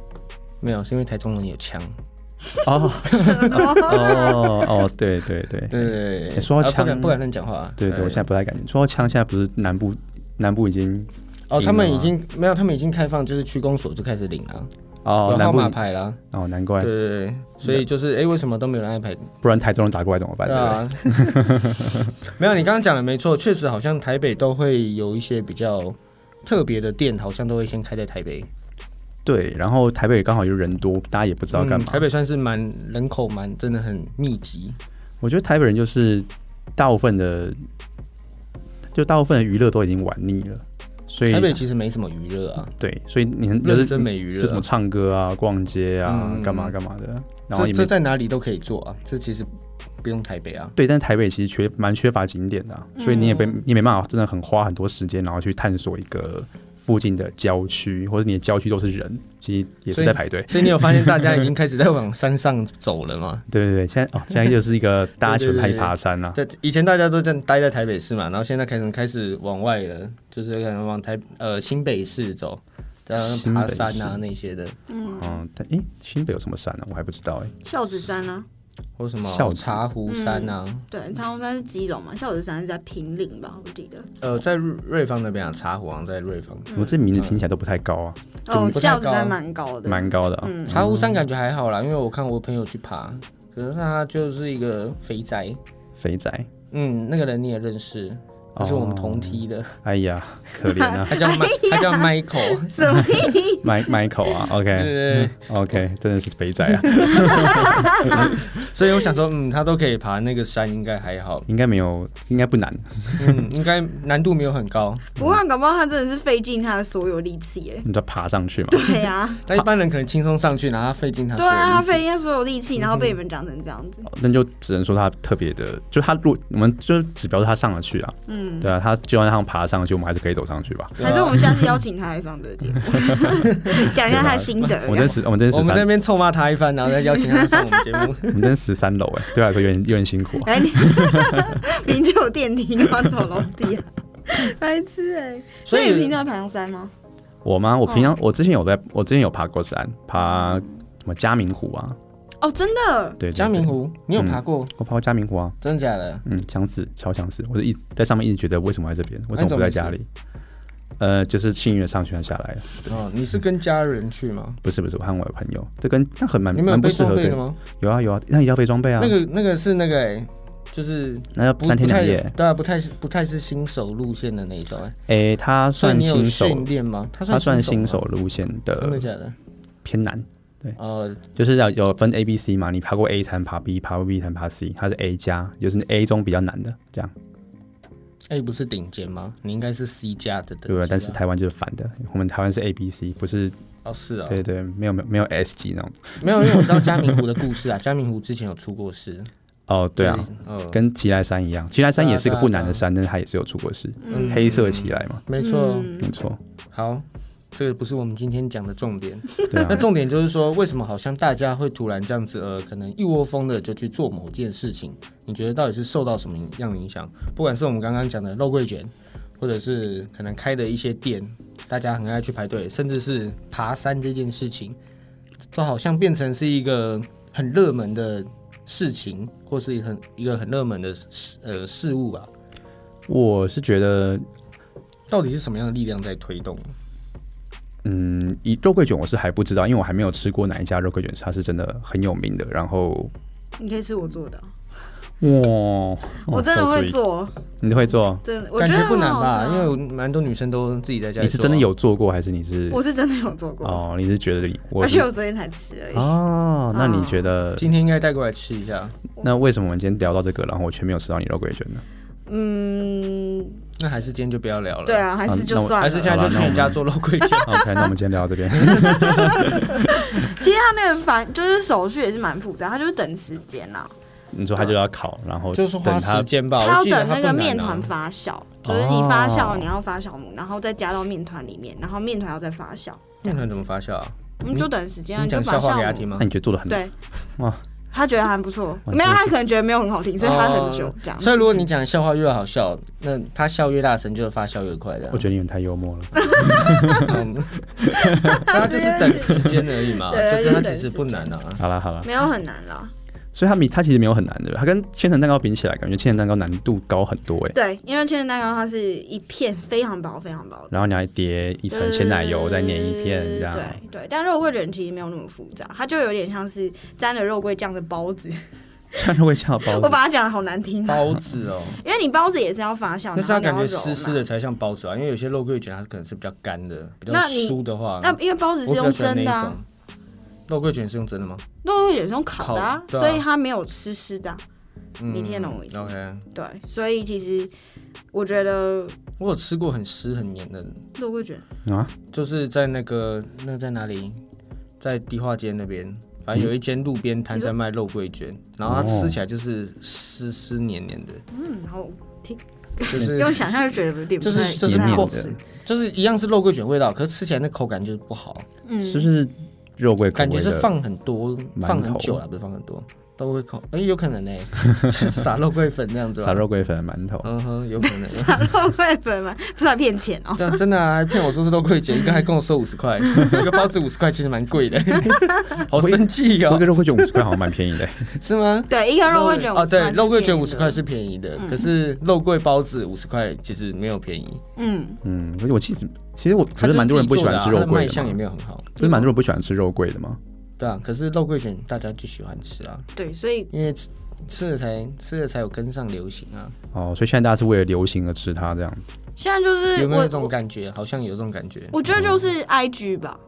[SPEAKER 1] 没有，是因为台中人有枪。
[SPEAKER 2] 哦 <laughs> 哦哦，对对对
[SPEAKER 1] 对对对
[SPEAKER 2] 欸说到
[SPEAKER 1] 啊不敢
[SPEAKER 2] 枪
[SPEAKER 1] 不敢乱讲话啊。
[SPEAKER 2] 对对，我
[SPEAKER 1] 哎
[SPEAKER 2] 现在不太敢。说到枪，现在不是南部南部已经
[SPEAKER 1] 哦，
[SPEAKER 2] 赢
[SPEAKER 1] 他
[SPEAKER 2] 了
[SPEAKER 1] 们已
[SPEAKER 2] 吗
[SPEAKER 1] 经没有，他们已经开放，就是区公所就开始领啊，
[SPEAKER 2] 哦
[SPEAKER 1] 有
[SPEAKER 2] 南
[SPEAKER 1] 号
[SPEAKER 2] 部
[SPEAKER 1] 码牌啦。
[SPEAKER 2] 哦难怪
[SPEAKER 1] 对，对对，所以就是哎，为什么都没有人爱排？
[SPEAKER 2] 不然台中人打过来怎么办？
[SPEAKER 1] 对
[SPEAKER 2] 对不对？
[SPEAKER 1] 啊，
[SPEAKER 2] <laughs>
[SPEAKER 1] 没有，你刚刚讲的没错，确实好像台北都会有一些比较特别的店，好像都会先开在台北。
[SPEAKER 2] 对，然后台北刚好又人多，大家也不知道干嘛。
[SPEAKER 1] 嗯台北算是蛮人口蛮真的很密集，
[SPEAKER 2] 我觉得台北人就是大部分的，就大部分的娱乐都已经玩腻了，所以
[SPEAKER 1] 台北其实没什么娱乐啊，
[SPEAKER 2] 对，所以你很有
[SPEAKER 1] 认
[SPEAKER 2] 的
[SPEAKER 1] 真没娱
[SPEAKER 2] 嗯就什
[SPEAKER 1] 乐
[SPEAKER 2] 么
[SPEAKER 1] 啊、
[SPEAKER 2] 唱歌啊、逛街啊、
[SPEAKER 1] 嗯
[SPEAKER 2] 干嘛干嘛的，然后
[SPEAKER 1] 这
[SPEAKER 2] 也
[SPEAKER 1] 这
[SPEAKER 2] 没
[SPEAKER 1] 在哪里都可以做啊，这其实不用台北
[SPEAKER 2] <laughs>
[SPEAKER 1] 啊。
[SPEAKER 2] 对，但台北其实缺蛮缺乏景点的啊、
[SPEAKER 1] 嗯
[SPEAKER 2] 所以你也被你也没办法真的很花很多时间，然后去探索一个附近的郊区，或者你的郊区都是人，其实也
[SPEAKER 1] 所
[SPEAKER 2] 是
[SPEAKER 1] 以
[SPEAKER 2] 在排队。
[SPEAKER 1] 所以你有发现大家已经开始在往山上走了吗？
[SPEAKER 2] 对对对，现在哦，现在又是一个大家
[SPEAKER 1] 对对
[SPEAKER 2] 喜欢
[SPEAKER 1] 对
[SPEAKER 2] 拍
[SPEAKER 1] 对
[SPEAKER 2] 爬山啊啦、
[SPEAKER 1] 对，以前大家都在待在台北市嘛，然后现在开始开始往外了，就是可能往台呃新北市走，然后
[SPEAKER 2] 新
[SPEAKER 1] 爬
[SPEAKER 2] 北
[SPEAKER 1] 山啊
[SPEAKER 2] 市
[SPEAKER 1] 那些的，
[SPEAKER 2] 嗯，但诶，新北有什么山呢、啊我还不知道诶。
[SPEAKER 3] 孝子山啊，
[SPEAKER 1] 或什么
[SPEAKER 2] 孝子
[SPEAKER 1] 茶壶山啊，
[SPEAKER 3] 对，长虹山是基隆嘛，孝子山是在平陵吧，我记得。
[SPEAKER 1] 呃，在瑞瑞芳那边啊，茶壶好像在瑞芳，
[SPEAKER 2] 我这名字听起来都不太高啊，
[SPEAKER 3] 哦，
[SPEAKER 1] 不太
[SPEAKER 3] 孝子
[SPEAKER 1] 高
[SPEAKER 3] 山蛮高的，
[SPEAKER 2] 蛮高的、啊。
[SPEAKER 1] 茶壶山感觉还好啦，因为我看我朋友去爬，可是他就是一个肥宅，
[SPEAKER 2] 肥仔，
[SPEAKER 1] 嗯，那个人你也认识，他是我们同梯的，
[SPEAKER 2] 哎呀，可怜啊
[SPEAKER 1] <laughs> 他叫麦，他叫 Michael，
[SPEAKER 3] 什么意
[SPEAKER 2] <laughs>
[SPEAKER 3] 思？
[SPEAKER 2] ，Mi Michael
[SPEAKER 1] <laughs>
[SPEAKER 2] 啊
[SPEAKER 1] 对
[SPEAKER 2] ，OK
[SPEAKER 1] 对
[SPEAKER 2] OK，真的是肥仔
[SPEAKER 1] <laughs>
[SPEAKER 2] 啊，
[SPEAKER 1] 对，所以我想说，嗯，他都可以爬那个山，应该还好，
[SPEAKER 2] 应该没有，应该不难。
[SPEAKER 1] 嗯，应该难度没有很高，
[SPEAKER 3] 不过搞不好他真的是费尽他的所有力气耶。 <laughs>
[SPEAKER 2] 你知道爬上去嘛？
[SPEAKER 3] 对啊，
[SPEAKER 1] 但一般人可能轻松上去，然后他费尽他
[SPEAKER 3] 对
[SPEAKER 1] 所有
[SPEAKER 3] 啊，他
[SPEAKER 1] 力
[SPEAKER 3] 费尽他所有力气，然后被你们讲成这样子。
[SPEAKER 2] 那就只能说他特别的，就他如我们就指标是他上了去啊，嗯，对啊，他就算他爬上去，我们还是可以走上去吧。
[SPEAKER 1] 对啊
[SPEAKER 3] 还是我们下次邀请他来上这个节目，讲一下他的心得。
[SPEAKER 2] 我们真十，我们真
[SPEAKER 1] 哎我
[SPEAKER 2] 十
[SPEAKER 1] 们
[SPEAKER 2] 三
[SPEAKER 1] 在那，边臭骂他一番，然后再邀请他上我们节目。
[SPEAKER 2] 我们真十三楼哎，对我来说有点有点辛苦
[SPEAKER 1] 哎
[SPEAKER 2] 啊。
[SPEAKER 3] 来，哎你明就有电梯，干嘛走楼梯啊？白痴哎、
[SPEAKER 1] 所
[SPEAKER 3] 所
[SPEAKER 1] 以
[SPEAKER 3] 以你平常会爬上山吗？
[SPEAKER 2] 我吗？
[SPEAKER 1] 哦
[SPEAKER 2] 我平常我之前有在，我之前有爬过山，爬什么嘉明湖啊，
[SPEAKER 3] 哦，真的，
[SPEAKER 2] 对，对
[SPEAKER 1] 嘉明，
[SPEAKER 2] 对
[SPEAKER 1] 湖，你有爬过？
[SPEAKER 2] 我爬过嘉明湖啊，
[SPEAKER 1] 真的假的？
[SPEAKER 2] 嗯，相似，超相似。我就一在上面一直觉得为什么在这边，为什么不在家里？呃，就是幸运地上去和下来了，
[SPEAKER 1] 哦，你是跟家人去吗？
[SPEAKER 2] 不是不是，我和我的朋友，这跟那很蛮
[SPEAKER 1] 你们有
[SPEAKER 2] 蛮不
[SPEAKER 1] 背
[SPEAKER 2] 适
[SPEAKER 1] 装
[SPEAKER 2] 合
[SPEAKER 1] 备
[SPEAKER 2] 对
[SPEAKER 1] 的，吗？
[SPEAKER 2] 有啊有啊，那也要背装备啊
[SPEAKER 1] 那，个那个是那个哎，就是
[SPEAKER 2] 那要
[SPEAKER 1] 不
[SPEAKER 2] 三天
[SPEAKER 1] 不太
[SPEAKER 2] 两夜，
[SPEAKER 1] 对啊，不太是不太是新手路线的那一种哎。
[SPEAKER 2] 诶、他
[SPEAKER 1] 所以
[SPEAKER 2] 算
[SPEAKER 1] 你有
[SPEAKER 2] 新手，
[SPEAKER 1] 训练吗？他
[SPEAKER 2] 他算
[SPEAKER 1] 算
[SPEAKER 2] 新
[SPEAKER 1] 吗
[SPEAKER 2] 手，路线
[SPEAKER 1] 真的
[SPEAKER 2] 的
[SPEAKER 1] 假的？
[SPEAKER 2] 偏难，
[SPEAKER 1] 哦，
[SPEAKER 2] 就是要有分 A、B、C 嘛，你爬过 A 才能爬 B，爬过 B 才能爬 C，他是 A 加，就是 A 中比较难的这样，
[SPEAKER 1] 啊 A 哎不是顶尖吗？你应该是 C 加的等
[SPEAKER 2] 对不对？
[SPEAKER 1] 级
[SPEAKER 2] 但是
[SPEAKER 1] 吧
[SPEAKER 2] 台湾就是反的，我们台湾是 A、B、C，不是
[SPEAKER 1] 哦是哦，
[SPEAKER 2] 对对，没有没有没有 S 级那种。
[SPEAKER 1] 没有，因为我知道嘉明湖的故事啊，嘉明湖之前有出过事。
[SPEAKER 2] 哦，对啊，，
[SPEAKER 1] 嗯，
[SPEAKER 2] 跟奇莱山一样，奇莱山也是个不难
[SPEAKER 1] 对啊对啊
[SPEAKER 2] 的山，但是它也是有出过事，
[SPEAKER 1] 嗯
[SPEAKER 2] 黑色奇莱嘛，
[SPEAKER 1] 没错。哦
[SPEAKER 3] 嗯
[SPEAKER 2] 没错，
[SPEAKER 1] 好，这个不是我们今天讲的重点。
[SPEAKER 2] 对
[SPEAKER 1] <laughs> 那
[SPEAKER 2] 啊，
[SPEAKER 1] 重点就是说，为什么好像大家会突然这样子，呃，可能一窝蜂的就去做某件事情？你觉得到底是受到什么样的影响？不管是我们刚刚讲的肉桂卷，或者是可能开的一些店，大家很爱去排队，甚至是爬山这件事情，都好像变成是一个很热门的事情，或是很一个很热门的事呃事物吧。
[SPEAKER 2] 我是觉得
[SPEAKER 1] 到底是什么样的力量在推动？
[SPEAKER 2] 嗯，以肉桂卷我是还不知道，因为我还没有吃过哪一家肉桂卷，它是真的很有名的。然后，
[SPEAKER 3] 你可以吃我做的，
[SPEAKER 2] 哇，哦
[SPEAKER 3] 我真的
[SPEAKER 2] so
[SPEAKER 3] 会
[SPEAKER 2] sweet
[SPEAKER 3] 做，
[SPEAKER 2] 你会做？
[SPEAKER 3] 真的，我
[SPEAKER 1] 感
[SPEAKER 3] 觉
[SPEAKER 1] 觉
[SPEAKER 3] 得
[SPEAKER 1] 不难
[SPEAKER 3] 很好
[SPEAKER 1] 吧？
[SPEAKER 3] 吃
[SPEAKER 1] 因
[SPEAKER 3] 啊
[SPEAKER 1] 为我蛮多女生都自己在家里、啊
[SPEAKER 2] 你是真的？有做过，还是你是？
[SPEAKER 3] 我是真的有做过，
[SPEAKER 2] 哦，你是觉得你我
[SPEAKER 3] 而且我昨天才吃而已。
[SPEAKER 2] 哦，那你
[SPEAKER 3] 啊
[SPEAKER 2] 觉得
[SPEAKER 1] 今天应该带过来吃一下，
[SPEAKER 2] 那为什么我们今天聊到这个，然后我却没有吃到你肉桂卷
[SPEAKER 3] <laughs>
[SPEAKER 2] 呢？
[SPEAKER 3] 嗯，
[SPEAKER 1] 那还是今天就不要聊了。
[SPEAKER 3] 对啊，还是
[SPEAKER 2] 嗯
[SPEAKER 3] 就
[SPEAKER 2] 那我
[SPEAKER 3] 算
[SPEAKER 1] 还
[SPEAKER 3] 了。
[SPEAKER 1] 是现在就去你家
[SPEAKER 2] <laughs>
[SPEAKER 1] 做肉桂卷。
[SPEAKER 2] OK，那我们今天聊到这
[SPEAKER 3] <laughs>
[SPEAKER 2] 边。
[SPEAKER 3] 其实他那个反就是手续也是蛮复杂，他就是等时间啊啦、
[SPEAKER 2] 你说他就要烤，然后
[SPEAKER 1] 就是花
[SPEAKER 2] 等
[SPEAKER 1] 时
[SPEAKER 2] 他
[SPEAKER 1] 间吧，
[SPEAKER 3] 要
[SPEAKER 1] 啊我记得
[SPEAKER 3] 等
[SPEAKER 1] 它
[SPEAKER 3] 那
[SPEAKER 1] 不
[SPEAKER 3] 个
[SPEAKER 1] 难
[SPEAKER 3] 面
[SPEAKER 1] 啊
[SPEAKER 3] 团。发酵，就是你发酵，
[SPEAKER 2] 哦
[SPEAKER 3] 你要发酵母，然后再加到面团里面，然后面团要再发酵，
[SPEAKER 1] 面团怎么发酵啊？
[SPEAKER 3] 我们就等时间、啊，
[SPEAKER 1] 你
[SPEAKER 3] 就
[SPEAKER 1] 讲
[SPEAKER 3] 把
[SPEAKER 1] 笑话给他
[SPEAKER 3] 酵
[SPEAKER 1] 听
[SPEAKER 3] 母。
[SPEAKER 1] 吗
[SPEAKER 2] 那？你觉得做的很
[SPEAKER 3] 对，
[SPEAKER 2] 哇
[SPEAKER 3] 他觉得还不错，
[SPEAKER 2] 哇
[SPEAKER 3] 没有
[SPEAKER 2] 真的
[SPEAKER 3] 他
[SPEAKER 2] 是
[SPEAKER 3] 可能觉得没有很好听，所以他很久
[SPEAKER 1] 哦
[SPEAKER 3] 这样。
[SPEAKER 1] 所以如果你讲笑话越好笑，那他笑越大声，就是发笑越快的
[SPEAKER 2] 我。觉得你们太幽默了。
[SPEAKER 1] 嗯他就是等时间而已嘛，
[SPEAKER 3] <laughs> 对
[SPEAKER 1] 就是他其
[SPEAKER 3] 就是
[SPEAKER 1] 实
[SPEAKER 3] 等
[SPEAKER 1] 不难啊。
[SPEAKER 2] 好啦好啦，
[SPEAKER 3] 没有很难啦，
[SPEAKER 2] 所以它比它其实没有很难的，它跟千层蛋糕比起来，感觉千层蛋糕难度高很多哎。
[SPEAKER 3] 对，因为千层蛋糕它是一片非常薄非常薄的，
[SPEAKER 2] 然后你要叠一层鲜奶
[SPEAKER 1] 嗯
[SPEAKER 2] 油，再粘一片
[SPEAKER 1] 啊
[SPEAKER 2] 这样。
[SPEAKER 3] 对对，但肉桂卷其实没有那么复杂，它就有点像是沾了肉桂酱的包子。
[SPEAKER 2] 虽然会像包
[SPEAKER 3] 我
[SPEAKER 2] 子，
[SPEAKER 3] 把它讲的好难听，啊
[SPEAKER 1] 包子哦，
[SPEAKER 3] 因为你包子也是要发酵，
[SPEAKER 1] 但是它
[SPEAKER 3] 然
[SPEAKER 1] 感觉
[SPEAKER 3] 后你要揉
[SPEAKER 1] 湿湿
[SPEAKER 3] 嘛
[SPEAKER 1] 的。才像包子啊，因为有些肉桂卷它可能是比较干的，比较
[SPEAKER 3] 那你
[SPEAKER 1] 酥的话，
[SPEAKER 3] 那因为包子
[SPEAKER 1] 我
[SPEAKER 3] 是
[SPEAKER 1] 比较
[SPEAKER 3] 用
[SPEAKER 1] 喜欢
[SPEAKER 3] 蒸
[SPEAKER 1] 那
[SPEAKER 3] 的
[SPEAKER 1] 一
[SPEAKER 3] 啊
[SPEAKER 1] 种，。肉桂卷是用蒸的吗？
[SPEAKER 3] 肉桂卷是用烤的啊
[SPEAKER 1] 烤，对啊
[SPEAKER 3] 所以它没有湿湿的啊。
[SPEAKER 1] 嗯
[SPEAKER 3] 你听得懂我意思
[SPEAKER 1] OK，
[SPEAKER 3] 对，所以其实我觉得
[SPEAKER 1] 我有吃过很湿很黏的，
[SPEAKER 3] 肉桂卷，
[SPEAKER 2] 啊，
[SPEAKER 1] 就是在那个那个在哪里，在迪化街那边，反正有一间路边摊在卖肉桂卷，然后
[SPEAKER 2] 哦
[SPEAKER 1] 它吃起来就是湿湿黏黏
[SPEAKER 3] <laughs>
[SPEAKER 1] 的，
[SPEAKER 3] 嗯，然后听
[SPEAKER 1] 就是
[SPEAKER 3] 用想象就觉得有点不
[SPEAKER 1] 就是
[SPEAKER 3] 太
[SPEAKER 1] 就是
[SPEAKER 3] 不太好
[SPEAKER 1] 过
[SPEAKER 3] 吃，
[SPEAKER 1] 就是一样是肉桂卷味道，可是吃起来那口感就是不好，
[SPEAKER 3] 嗯， <laughs>
[SPEAKER 2] 是不是肉桂口
[SPEAKER 1] 感觉
[SPEAKER 2] 味
[SPEAKER 1] 是
[SPEAKER 2] 的？
[SPEAKER 1] 放很多
[SPEAKER 2] 馒头
[SPEAKER 1] 放很久了，不是放很多肉桂口，哎、有可能呢、 <laughs> 撒肉桂粉那样子吧，
[SPEAKER 2] 撒肉桂粉的馒头，
[SPEAKER 1] 嗯哼，有可能。
[SPEAKER 3] 打肉桂粉嘛，不是来骗钱哦。
[SPEAKER 1] <laughs>
[SPEAKER 3] <laughs>
[SPEAKER 1] 这样真的啊，还骗我说是肉桂卷，一个还跟我收五十块， <laughs> 一个包子五十块，其实蛮贵
[SPEAKER 2] <laughs>
[SPEAKER 1] 的，好生气
[SPEAKER 2] 那
[SPEAKER 1] 哦，
[SPEAKER 2] 个肉桂卷五十块好像蛮便宜
[SPEAKER 1] <laughs>
[SPEAKER 2] 的，
[SPEAKER 1] 是吗？
[SPEAKER 3] 对，一个肉桂卷
[SPEAKER 1] 哦，对，肉桂卷五
[SPEAKER 3] 50
[SPEAKER 1] 十块，是便宜的，可是肉桂包子五十块其实没有便宜。
[SPEAKER 3] 嗯，
[SPEAKER 2] 嗯，而且我记得其实我
[SPEAKER 1] 它
[SPEAKER 2] 可是蛮多人不喜欢吃肉
[SPEAKER 1] 它的卖
[SPEAKER 2] 桂
[SPEAKER 1] 相
[SPEAKER 2] 的
[SPEAKER 1] 也
[SPEAKER 2] 嘛，
[SPEAKER 1] 没有很好，
[SPEAKER 2] 不是蛮多人不喜欢吃肉桂的吗？
[SPEAKER 1] 对啊。可是肉桂卷大家就喜欢吃啊，
[SPEAKER 3] 对，所以
[SPEAKER 1] 因为吃吃了才吃了才有跟上流行啊。
[SPEAKER 2] 哦，所以现在大家是为了流行而吃它这样。
[SPEAKER 3] 现在就是
[SPEAKER 1] 有没有这
[SPEAKER 3] 我
[SPEAKER 1] 种
[SPEAKER 3] 我
[SPEAKER 1] 感觉？好像有这种感觉。
[SPEAKER 3] 我觉得就是 I G 吧，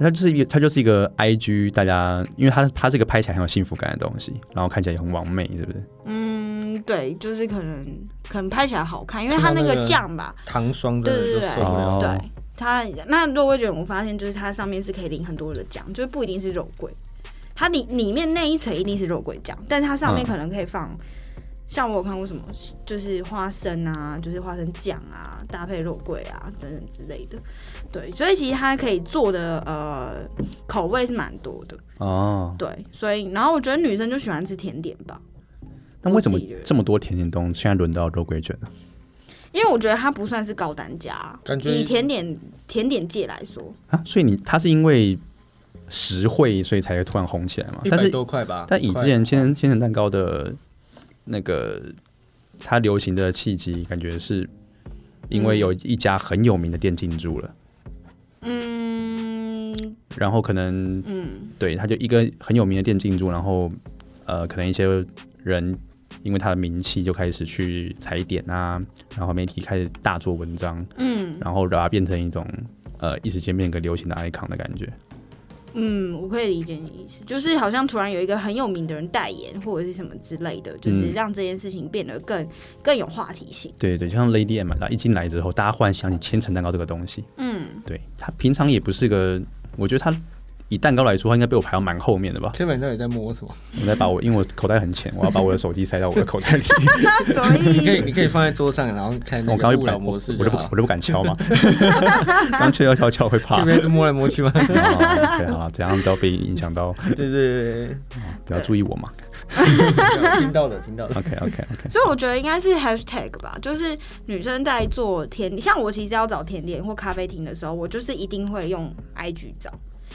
[SPEAKER 2] 它就是一个，它就是一个 I G，大家因为它它是一个拍起来很有幸福感的东西，然后看起来也很完美，是不是？
[SPEAKER 3] 嗯，对，就是可能可能拍起来好看，因为它那
[SPEAKER 1] 看到那
[SPEAKER 3] 个
[SPEAKER 1] 个
[SPEAKER 3] 酱吧，
[SPEAKER 1] 糖霜真的就受不了，
[SPEAKER 2] 哦
[SPEAKER 3] 对。它那肉桂卷，我发现就是它上面是可以淋很多的酱，就是不一定是肉桂，它里里面那一层一定是肉桂酱，但是它上面
[SPEAKER 2] 嗯
[SPEAKER 3] 可能可以放，像我有看过什么，就是花生啊，就是花生酱啊，搭配肉桂啊等等之类的，对，所以其实它可以做的呃口味是蛮多的，
[SPEAKER 2] 哦，
[SPEAKER 3] 对，所以然后我觉得女生就喜欢吃甜点吧，
[SPEAKER 2] 那为什么
[SPEAKER 3] 我自己觉得
[SPEAKER 2] 这么多甜点东西现在轮到肉桂卷呢？
[SPEAKER 3] 因为我觉得它不算是高单价，啊
[SPEAKER 1] 感觉
[SPEAKER 3] 以甜点甜点界来说，
[SPEAKER 2] 啊，所以你它是因为实惠，所以才会突然红起来嘛？
[SPEAKER 1] 一
[SPEAKER 2] 但
[SPEAKER 1] 百
[SPEAKER 2] 是
[SPEAKER 1] 多块吧。
[SPEAKER 2] 但以
[SPEAKER 1] 一块
[SPEAKER 2] 之前千层千层蛋糕的那个它流行的契机，感觉是因
[SPEAKER 1] 嗯
[SPEAKER 2] 为有一家很有名的店进驻了，
[SPEAKER 3] 嗯
[SPEAKER 2] 然后可能
[SPEAKER 3] 嗯。
[SPEAKER 2] 对，他就一个很有名的店进驻，然后呃，可能一些人因为他的名气就开始去踩点啊，然后媒体开始大做文章，
[SPEAKER 3] 嗯
[SPEAKER 2] 然后把它变成一种呃一时间变成一个流行的 icon 的感觉。
[SPEAKER 3] 嗯，我可以理解你的意思，就是好像突然有一个很有名的人代言或者是什么之类的，就是
[SPEAKER 2] 嗯
[SPEAKER 3] 让这件事情变得更更有话题性。
[SPEAKER 2] 对对，就像 Lady M 嘛，她一进来之后，大家忽然想起千层蛋糕这个东西。
[SPEAKER 3] 嗯，
[SPEAKER 2] 对，它平常也不是个，我觉得它以蛋糕来说，它应该被我排到蛮后面的吧。
[SPEAKER 1] Kevin 到底在摸什么？
[SPEAKER 2] 我再把我，因为我口袋很浅，我要把我的手机塞到我的口袋里。
[SPEAKER 3] 啊所以
[SPEAKER 1] 你 <laughs> 可以你可以放在桌上，然后看那
[SPEAKER 2] 我刚
[SPEAKER 1] 个
[SPEAKER 2] 刚就
[SPEAKER 1] 勿
[SPEAKER 2] 不
[SPEAKER 1] 扰
[SPEAKER 2] 敢，
[SPEAKER 1] 模式
[SPEAKER 2] 我
[SPEAKER 1] 就
[SPEAKER 2] 就不
[SPEAKER 1] 好。
[SPEAKER 2] 我就不敢敲
[SPEAKER 3] <laughs>
[SPEAKER 2] 嘛， <laughs> 刚敲敲敲敲会怕。
[SPEAKER 1] Kevin 是摸来摸去吗？ <laughs>
[SPEAKER 2] 啊对，好了，怎样都要被影响到，
[SPEAKER 1] 对对对
[SPEAKER 3] <laughs>
[SPEAKER 1] 对
[SPEAKER 2] 不要注意我嘛。
[SPEAKER 1] 对，听到的听到的。
[SPEAKER 2] OK
[SPEAKER 3] <laughs>
[SPEAKER 2] OK OK，
[SPEAKER 3] 所以我觉得应该是 hashtag 吧，就是女生在做甜点，像我其实要找甜点或咖啡厅的时候，我就是一定会用 IG 找，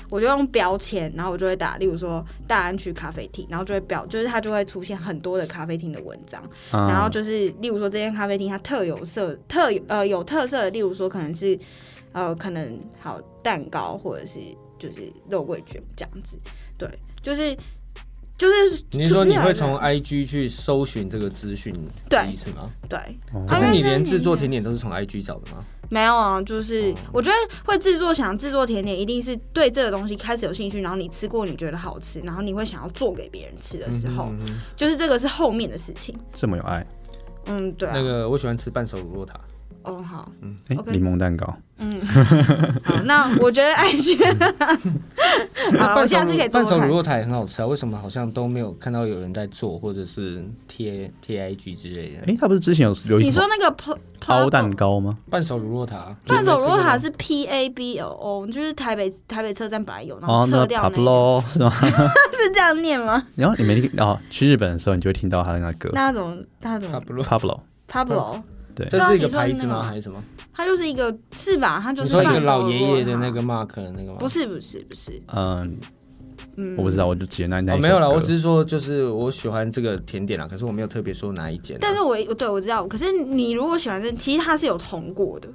[SPEAKER 3] 我就用标签，然后我就会打，例如说大安区咖啡厅，然后就会标，就是它就会出现很多的咖啡厅的文章，
[SPEAKER 2] 嗯
[SPEAKER 3] 然后就是例如说这间咖啡厅它特有色特有呃有特色的，例如说可能是呃可能好蛋糕或者是就是肉桂卷这样子，对，就是就是
[SPEAKER 1] 你是说你会从
[SPEAKER 3] 越来
[SPEAKER 1] IG 去搜寻这个资讯的
[SPEAKER 3] 啊对
[SPEAKER 1] 意思吗？
[SPEAKER 3] 越对
[SPEAKER 2] 哦
[SPEAKER 1] 可
[SPEAKER 3] 啊
[SPEAKER 1] 是你
[SPEAKER 3] 那
[SPEAKER 1] 连
[SPEAKER 3] 像
[SPEAKER 1] 制
[SPEAKER 3] 你
[SPEAKER 1] 作
[SPEAKER 3] 那
[SPEAKER 1] 甜点都是从 IG 找的吗？
[SPEAKER 3] 没有啊，就是我觉得会制作想制作甜点，一定是对这个东西开始有兴趣，然后你吃过你觉得好吃，然后你会想要做给别人吃的时候，就是这个是后面的事情。
[SPEAKER 2] 这么有爱，
[SPEAKER 3] 嗯，对
[SPEAKER 1] 那
[SPEAKER 3] 啊，
[SPEAKER 1] 个我喜欢吃半熟乳酪塔，
[SPEAKER 3] 哦好，
[SPEAKER 2] 哎，
[SPEAKER 3] OK
[SPEAKER 2] 柠檬蛋糕，
[SPEAKER 3] 好，那我觉得 IG，好 <laughs> 了，我
[SPEAKER 1] 半熟
[SPEAKER 3] 下次可以
[SPEAKER 1] 乳 <laughs>
[SPEAKER 3] 做
[SPEAKER 1] 半
[SPEAKER 3] 做
[SPEAKER 1] 熟
[SPEAKER 3] 看
[SPEAKER 1] 乳。酪塔也很好吃啊，为什么好像都没有看到有人在做，或者是贴贴 IG 之类的？
[SPEAKER 2] 哎，它不是之前有流
[SPEAKER 3] 你
[SPEAKER 2] 行什
[SPEAKER 3] 说
[SPEAKER 2] 么
[SPEAKER 3] 那个 pl-
[SPEAKER 2] 凹蛋
[SPEAKER 3] purple-
[SPEAKER 2] 糕吗？
[SPEAKER 1] 半熟乳酪塔，
[SPEAKER 3] 半手罗塔
[SPEAKER 1] 是
[SPEAKER 3] 是 P A B L O，就是台北台北车站本来有，然后
[SPEAKER 2] 哦，
[SPEAKER 3] 撤
[SPEAKER 2] 那
[SPEAKER 3] 掉那个，
[SPEAKER 2] Pablo 是吗？ <laughs>
[SPEAKER 3] 是这样念吗？
[SPEAKER 2] 然后你没哦，去日本的时候你就会听到他的那个歌
[SPEAKER 3] <laughs> 那他怎么他怎
[SPEAKER 1] 差
[SPEAKER 3] 么
[SPEAKER 1] 不多。
[SPEAKER 2] Pablo，
[SPEAKER 3] Pablo？
[SPEAKER 2] 对
[SPEAKER 1] 这
[SPEAKER 3] 啊
[SPEAKER 1] 是一个
[SPEAKER 3] 你说
[SPEAKER 1] 牌
[SPEAKER 3] 那
[SPEAKER 1] 子
[SPEAKER 3] 个
[SPEAKER 1] 吗？
[SPEAKER 3] 吗
[SPEAKER 1] 还是什么？
[SPEAKER 3] 他就是一个是吧？他就
[SPEAKER 1] 你
[SPEAKER 3] 是
[SPEAKER 1] 说一
[SPEAKER 3] 半
[SPEAKER 1] 个
[SPEAKER 3] 手
[SPEAKER 1] 老爷
[SPEAKER 3] 罗
[SPEAKER 1] 爷的
[SPEAKER 3] 塔
[SPEAKER 1] 那个 mark 的那个吗？
[SPEAKER 3] 不是不是不是，
[SPEAKER 2] 嗯，
[SPEAKER 3] 嗯，
[SPEAKER 2] 我不知道，我就只那那
[SPEAKER 1] 哦，
[SPEAKER 2] 一
[SPEAKER 1] 没有
[SPEAKER 2] 首
[SPEAKER 1] 啦，我
[SPEAKER 2] 歌
[SPEAKER 1] 只是说就是我喜欢这个甜点啦，可是我没有特别说哪一间啊。
[SPEAKER 3] 但是我对我知道，可是你如果喜欢这，其实它是有通过的，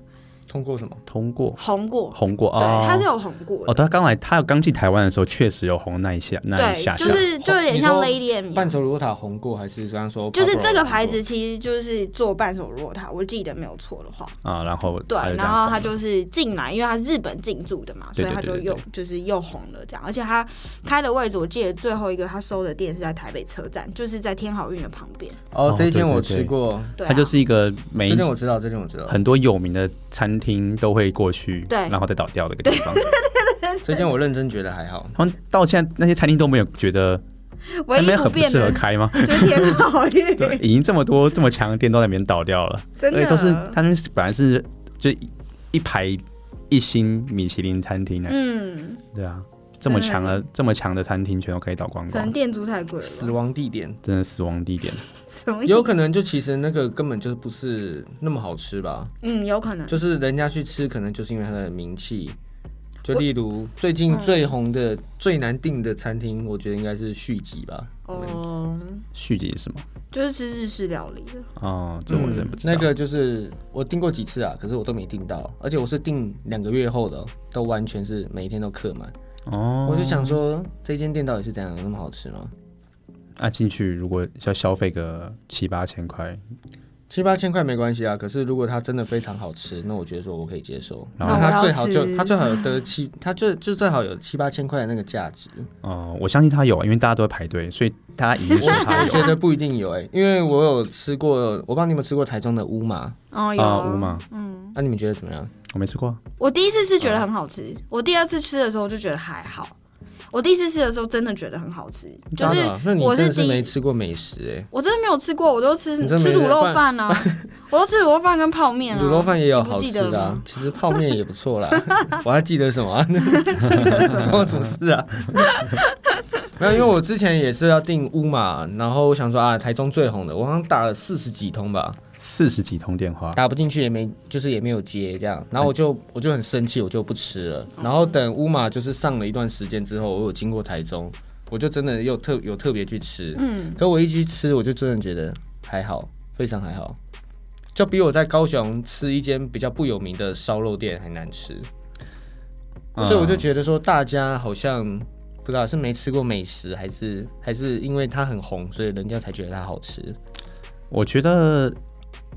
[SPEAKER 1] 通过什么？
[SPEAKER 2] 通过
[SPEAKER 3] 红过，
[SPEAKER 2] 红过
[SPEAKER 3] 对，
[SPEAKER 2] 哦，
[SPEAKER 3] 它是有红过
[SPEAKER 2] 哦，
[SPEAKER 3] 的，
[SPEAKER 2] 他刚来，他刚进台湾的时候确实有红那一下，那一
[SPEAKER 3] 对，
[SPEAKER 2] 下下，
[SPEAKER 3] 就是就有点像
[SPEAKER 1] 啊你说
[SPEAKER 3] Lady M 一样
[SPEAKER 1] 半。熟乳酪塔红过还是刚刚说？
[SPEAKER 3] 就是这个牌子，其实就是做伴手若塔，我记得没有错的话，
[SPEAKER 2] 啊，然后
[SPEAKER 3] 对
[SPEAKER 2] 他就。这
[SPEAKER 3] 然
[SPEAKER 2] 样
[SPEAKER 3] 后
[SPEAKER 2] 红
[SPEAKER 3] 它
[SPEAKER 2] 了
[SPEAKER 3] 就是进来，因为它是日本进驻的嘛，所
[SPEAKER 2] 对
[SPEAKER 3] 以它就
[SPEAKER 2] 对对对
[SPEAKER 3] 又就是又红了这样。而且它开的位置，我记得最后一个它收的店是在台北车站，就是在天好运的旁边。
[SPEAKER 1] 哦
[SPEAKER 2] 哦，
[SPEAKER 1] 这一间
[SPEAKER 2] 对对
[SPEAKER 1] 我
[SPEAKER 2] 对
[SPEAKER 1] 吃过，
[SPEAKER 3] 对啊，
[SPEAKER 2] 它就是一个每
[SPEAKER 1] 这
[SPEAKER 2] 一
[SPEAKER 1] 间我知道，这间我知道，
[SPEAKER 2] 很多有名的餐厅都会过去，
[SPEAKER 3] 对
[SPEAKER 2] 然后再倒掉的一个地方。
[SPEAKER 1] 这间我认真觉得还好。
[SPEAKER 2] 他们到现在那些餐厅都没有觉得那
[SPEAKER 3] 唯一
[SPEAKER 2] 边
[SPEAKER 3] 不
[SPEAKER 2] 很不
[SPEAKER 3] 变
[SPEAKER 2] 适合
[SPEAKER 3] <laughs> 的
[SPEAKER 2] 开吗？
[SPEAKER 3] 就是天好运，
[SPEAKER 2] 对，
[SPEAKER 3] <laughs>
[SPEAKER 2] 已经这么多这么强的店都在那边倒掉了，
[SPEAKER 3] 真
[SPEAKER 2] 而且
[SPEAKER 3] 的
[SPEAKER 2] 都是他们本来是就一排一星米其林餐厅呢、
[SPEAKER 3] 嗯，
[SPEAKER 2] 对啊，这么强的这么强的餐厅全都可以倒光
[SPEAKER 3] 可
[SPEAKER 2] 光
[SPEAKER 3] 能，店主太贵了
[SPEAKER 1] 死
[SPEAKER 2] 哦
[SPEAKER 3] 吧，
[SPEAKER 1] 亡地点
[SPEAKER 2] 真的死亡地点。
[SPEAKER 3] 什么意思
[SPEAKER 1] 有可能就其实那个根本就不是那么好吃吧，
[SPEAKER 3] 嗯，有可能
[SPEAKER 1] 就是人家去吃可能就是因为它的名气。就例如最
[SPEAKER 3] 嗯
[SPEAKER 1] 近最红的、最难订的餐厅，我觉得应该是续集吧。
[SPEAKER 3] 哦，
[SPEAKER 2] 续集是吗？
[SPEAKER 3] 就是吃日式料理的，
[SPEAKER 2] 哦，这我真不知
[SPEAKER 1] 嗯
[SPEAKER 2] 道。
[SPEAKER 1] 那个就是我订过几次啊，可是我都没订到，而且我是订两个月后的哦，都完全是每一天都客满。
[SPEAKER 2] 哦，
[SPEAKER 1] 我就想说，这间店到底是怎样有那么好吃吗？
[SPEAKER 2] 啊，进去如果要消费个七八千块，
[SPEAKER 1] 七八千块没关系啊，可是如果它真的非常好吃，那我觉得说我可以接受。
[SPEAKER 2] 那
[SPEAKER 1] 那
[SPEAKER 2] 我
[SPEAKER 1] 它最好
[SPEAKER 3] 要吃
[SPEAKER 1] 就它最好有得七，它就就最好有七八千块的那个价
[SPEAKER 3] <laughs>
[SPEAKER 1] 值。
[SPEAKER 2] 哦、我相信他有啊，因为大家都会排队，所以大家一定说他
[SPEAKER 1] <laughs> 我
[SPEAKER 2] 有。
[SPEAKER 1] 觉得不一定有哎、因为我有吃过，我帮你们吃过台中的乌马，
[SPEAKER 3] 哦有
[SPEAKER 2] 啊，乌马，
[SPEAKER 1] 那、你们觉得怎么样？
[SPEAKER 2] 我没吃过啊。
[SPEAKER 3] 我第一次是觉得很好
[SPEAKER 2] 啊
[SPEAKER 3] 吃，我第二次吃的时候就觉得还好。我第一次吃的时候真的觉得很好吃，就是
[SPEAKER 1] 真的啊那你
[SPEAKER 3] 我
[SPEAKER 1] 真
[SPEAKER 3] 是
[SPEAKER 1] 的
[SPEAKER 3] 第
[SPEAKER 1] 是没
[SPEAKER 3] 一，
[SPEAKER 1] 吃过美食哎、
[SPEAKER 3] 我真的没有吃过，我都吃
[SPEAKER 1] 你真的
[SPEAKER 3] 吃
[SPEAKER 1] 没
[SPEAKER 3] 卤
[SPEAKER 1] 吃
[SPEAKER 3] 肉
[SPEAKER 1] 饭 <laughs>
[SPEAKER 3] 饭啊，我都吃卤肉饭跟泡面啊，
[SPEAKER 1] 卤肉饭也有
[SPEAKER 3] 你不
[SPEAKER 1] 好
[SPEAKER 3] 记
[SPEAKER 1] 吃
[SPEAKER 3] 得
[SPEAKER 1] 的、
[SPEAKER 3] 了
[SPEAKER 1] 啊
[SPEAKER 3] 吗，
[SPEAKER 1] 其实泡面也不错啦。 <laughs> 我还记得什
[SPEAKER 3] <laughs>
[SPEAKER 1] 么、啊？关我什么事啊？ <laughs> 没有，因为我之前也是要订乌马，然后我想说啊，台中最红的，我好像打了四十几通吧，
[SPEAKER 2] 四十几通电话，
[SPEAKER 1] 打不进去也没，就是也没有接这样，然后我就我就很生气，我就不吃了。然后等乌马就是上了一段时间之后，我有经过台中，我就真的有特有特别去吃，
[SPEAKER 3] 嗯，
[SPEAKER 1] 可我一去吃，我就真的觉得还好，非常还好，就比我在高雄吃一间比较不有名的烧肉店还难吃。
[SPEAKER 2] 嗯
[SPEAKER 1] 所以我就觉得说，大家好像不知道是没吃过美食，还是还是因为它很红，所以人家才觉得它好吃。
[SPEAKER 2] 我觉得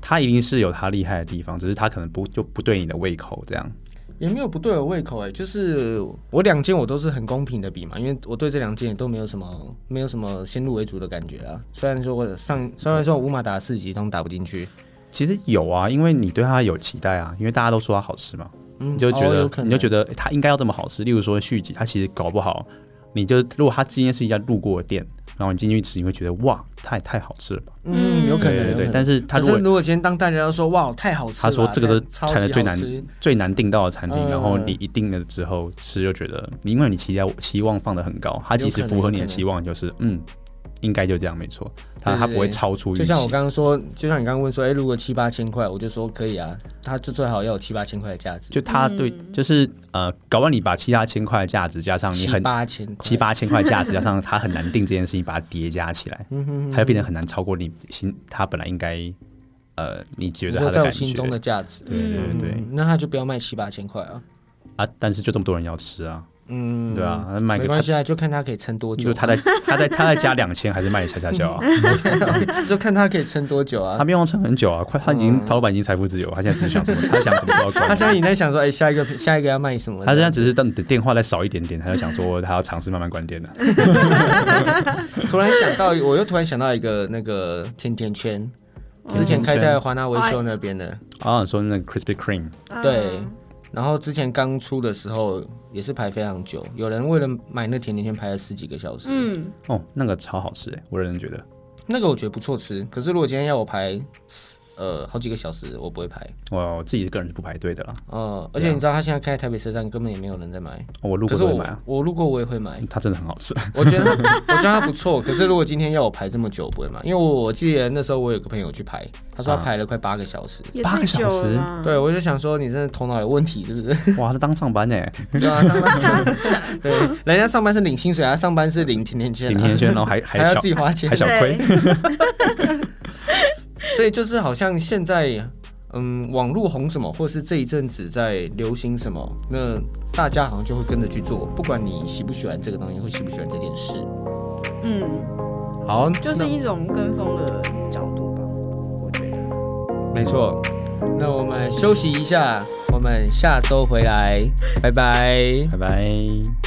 [SPEAKER 2] 他一定是有他厉害的地方，只是他可能不就不对你的胃口这样。
[SPEAKER 1] 也没有不对我胃口哎、就是我两间我都是很公平的比嘛，因为我对这两间也都没有什么没有什么先入为主的感觉啊。虽然说我上虽然说我五马打四级都打不进去，
[SPEAKER 2] 其实有啊，因为你对他有期待啊，因为大家都说他好吃嘛，
[SPEAKER 1] 嗯，
[SPEAKER 2] 你就觉得、
[SPEAKER 1] 哦有可能
[SPEAKER 2] 你就觉得他应该要这么好吃。例如说续集，他其实搞不好，你就如果他今天是一家路过的店，然后你进去吃，你会觉得哇，太太好吃了吧？
[SPEAKER 1] 嗯，有可能
[SPEAKER 2] 对对对。但
[SPEAKER 1] 是
[SPEAKER 2] 是他
[SPEAKER 1] 可
[SPEAKER 2] 如
[SPEAKER 1] 是
[SPEAKER 2] 果
[SPEAKER 1] 如果今天当大家都说哇太好吃了，
[SPEAKER 2] 他说这个是
[SPEAKER 1] 超
[SPEAKER 2] 才
[SPEAKER 1] 级
[SPEAKER 2] 是最
[SPEAKER 1] 好
[SPEAKER 2] 难
[SPEAKER 1] 吃
[SPEAKER 2] 最难订到的餐厅，
[SPEAKER 1] 嗯
[SPEAKER 2] 然后你一订了之后吃，就觉得因为你期待期望放的很高，它即使符合你的期望，就是嗯，应该就这样没错，它
[SPEAKER 1] 对对
[SPEAKER 2] 它不会超出预
[SPEAKER 1] 就
[SPEAKER 2] 期
[SPEAKER 1] 像。我刚刚说，就像你刚刚问说，哎、如果七八千块，我就说可以啊，它就最好要有七八千块的价值，
[SPEAKER 2] 就它对，
[SPEAKER 1] 嗯
[SPEAKER 2] 就是呃，搞完你把七八千块的价值加上你
[SPEAKER 1] 七
[SPEAKER 2] 很
[SPEAKER 1] 八千块，
[SPEAKER 2] 七八千块的价值加上它很难定这件事情，把它叠加
[SPEAKER 1] <laughs>
[SPEAKER 2] 起来，
[SPEAKER 1] 嗯
[SPEAKER 2] 它就变得很难超过你心，它本来应该呃，你觉
[SPEAKER 1] 你
[SPEAKER 2] 得
[SPEAKER 1] 说在
[SPEAKER 2] 它的
[SPEAKER 1] 我
[SPEAKER 2] 感觉
[SPEAKER 1] 心中的价值，
[SPEAKER 2] 对对对
[SPEAKER 1] 嗯那他就不要卖七八千块啊，
[SPEAKER 2] 啊，但是就这么多人要吃啊，
[SPEAKER 1] 嗯，
[SPEAKER 2] 对啊，那卖
[SPEAKER 1] 没
[SPEAKER 2] 个
[SPEAKER 1] 关系啊，就嗯看他可以撑多
[SPEAKER 2] 就
[SPEAKER 1] 久，<laughs>
[SPEAKER 2] 他在他在他在加两千，还是卖你恰恰笑啊？
[SPEAKER 1] <laughs> 就看他可以撑多久啊
[SPEAKER 2] 他。没有撑很久啊，快，他已经曹老板已经财富自由，他现在只是想什么，他想什么时候
[SPEAKER 1] 嗯他
[SPEAKER 2] 关
[SPEAKER 1] 现。在你在想说，哎、下一个下一个要卖什么？
[SPEAKER 2] 他现在只是等你的电话再少一点点，他就想
[SPEAKER 1] <laughs>
[SPEAKER 2] 说他要尝试慢慢关店了。
[SPEAKER 1] 突然想到，我又突然想到一个那个甜甜圈，之前开在华纳维修那边的，
[SPEAKER 2] 啊，你说那个 Krispy Kreme，
[SPEAKER 1] 对，然后之前刚出的时候也是排非常久，有人为了买那甜甜圈排了十几个小时。
[SPEAKER 3] 嗯，
[SPEAKER 2] 哦，那个超好吃哎，我认真觉得。
[SPEAKER 1] 那个我觉得不错吃，可是如果今天要我排十，呃，好几个小时，我不会排。
[SPEAKER 2] 我我自己个人是不排队的啦，
[SPEAKER 1] 呃，而且你知道他现在开在台北车站根本也没有人在买，
[SPEAKER 2] 哦我路
[SPEAKER 1] 可
[SPEAKER 2] 过
[SPEAKER 1] 是
[SPEAKER 2] 都啊会
[SPEAKER 1] 我
[SPEAKER 2] 买啊。
[SPEAKER 1] 我路过我也会买，
[SPEAKER 2] 它真的很好吃，
[SPEAKER 1] 我觉得 <laughs> 我觉得它不错。可是如果今天要我排这么久，我不会买，因为我我记得那时候我有个朋友去排，他说他排了快八个小时。
[SPEAKER 3] 也
[SPEAKER 2] 八
[SPEAKER 3] 太
[SPEAKER 2] 个小
[SPEAKER 3] 久了
[SPEAKER 2] 时
[SPEAKER 3] 吧，
[SPEAKER 1] 对，我就想说你真的头脑有问题是不是？
[SPEAKER 2] 哇！他当上班哎，
[SPEAKER 1] <laughs> 对啊，当然 <laughs> 对，人家上班是领薪水，他上班是领甜甜圈、啊，
[SPEAKER 2] 领甜圈，然后还
[SPEAKER 1] 还
[SPEAKER 2] 小
[SPEAKER 1] 要自己花钱
[SPEAKER 2] 还，小亏，
[SPEAKER 3] 对，
[SPEAKER 1] 所以就是好像现在，嗯、嗯，网络红什么，或是这一阵子在流行什么，那大家好像就会跟着去做，不管你喜不喜欢这个东西，或喜不喜欢这件事。
[SPEAKER 3] 嗯，
[SPEAKER 1] 好，
[SPEAKER 3] 就是一种跟风的角度吧，我觉得。
[SPEAKER 1] 那没错。那我们休息一下，我们下周回来，拜拜。
[SPEAKER 2] 拜拜。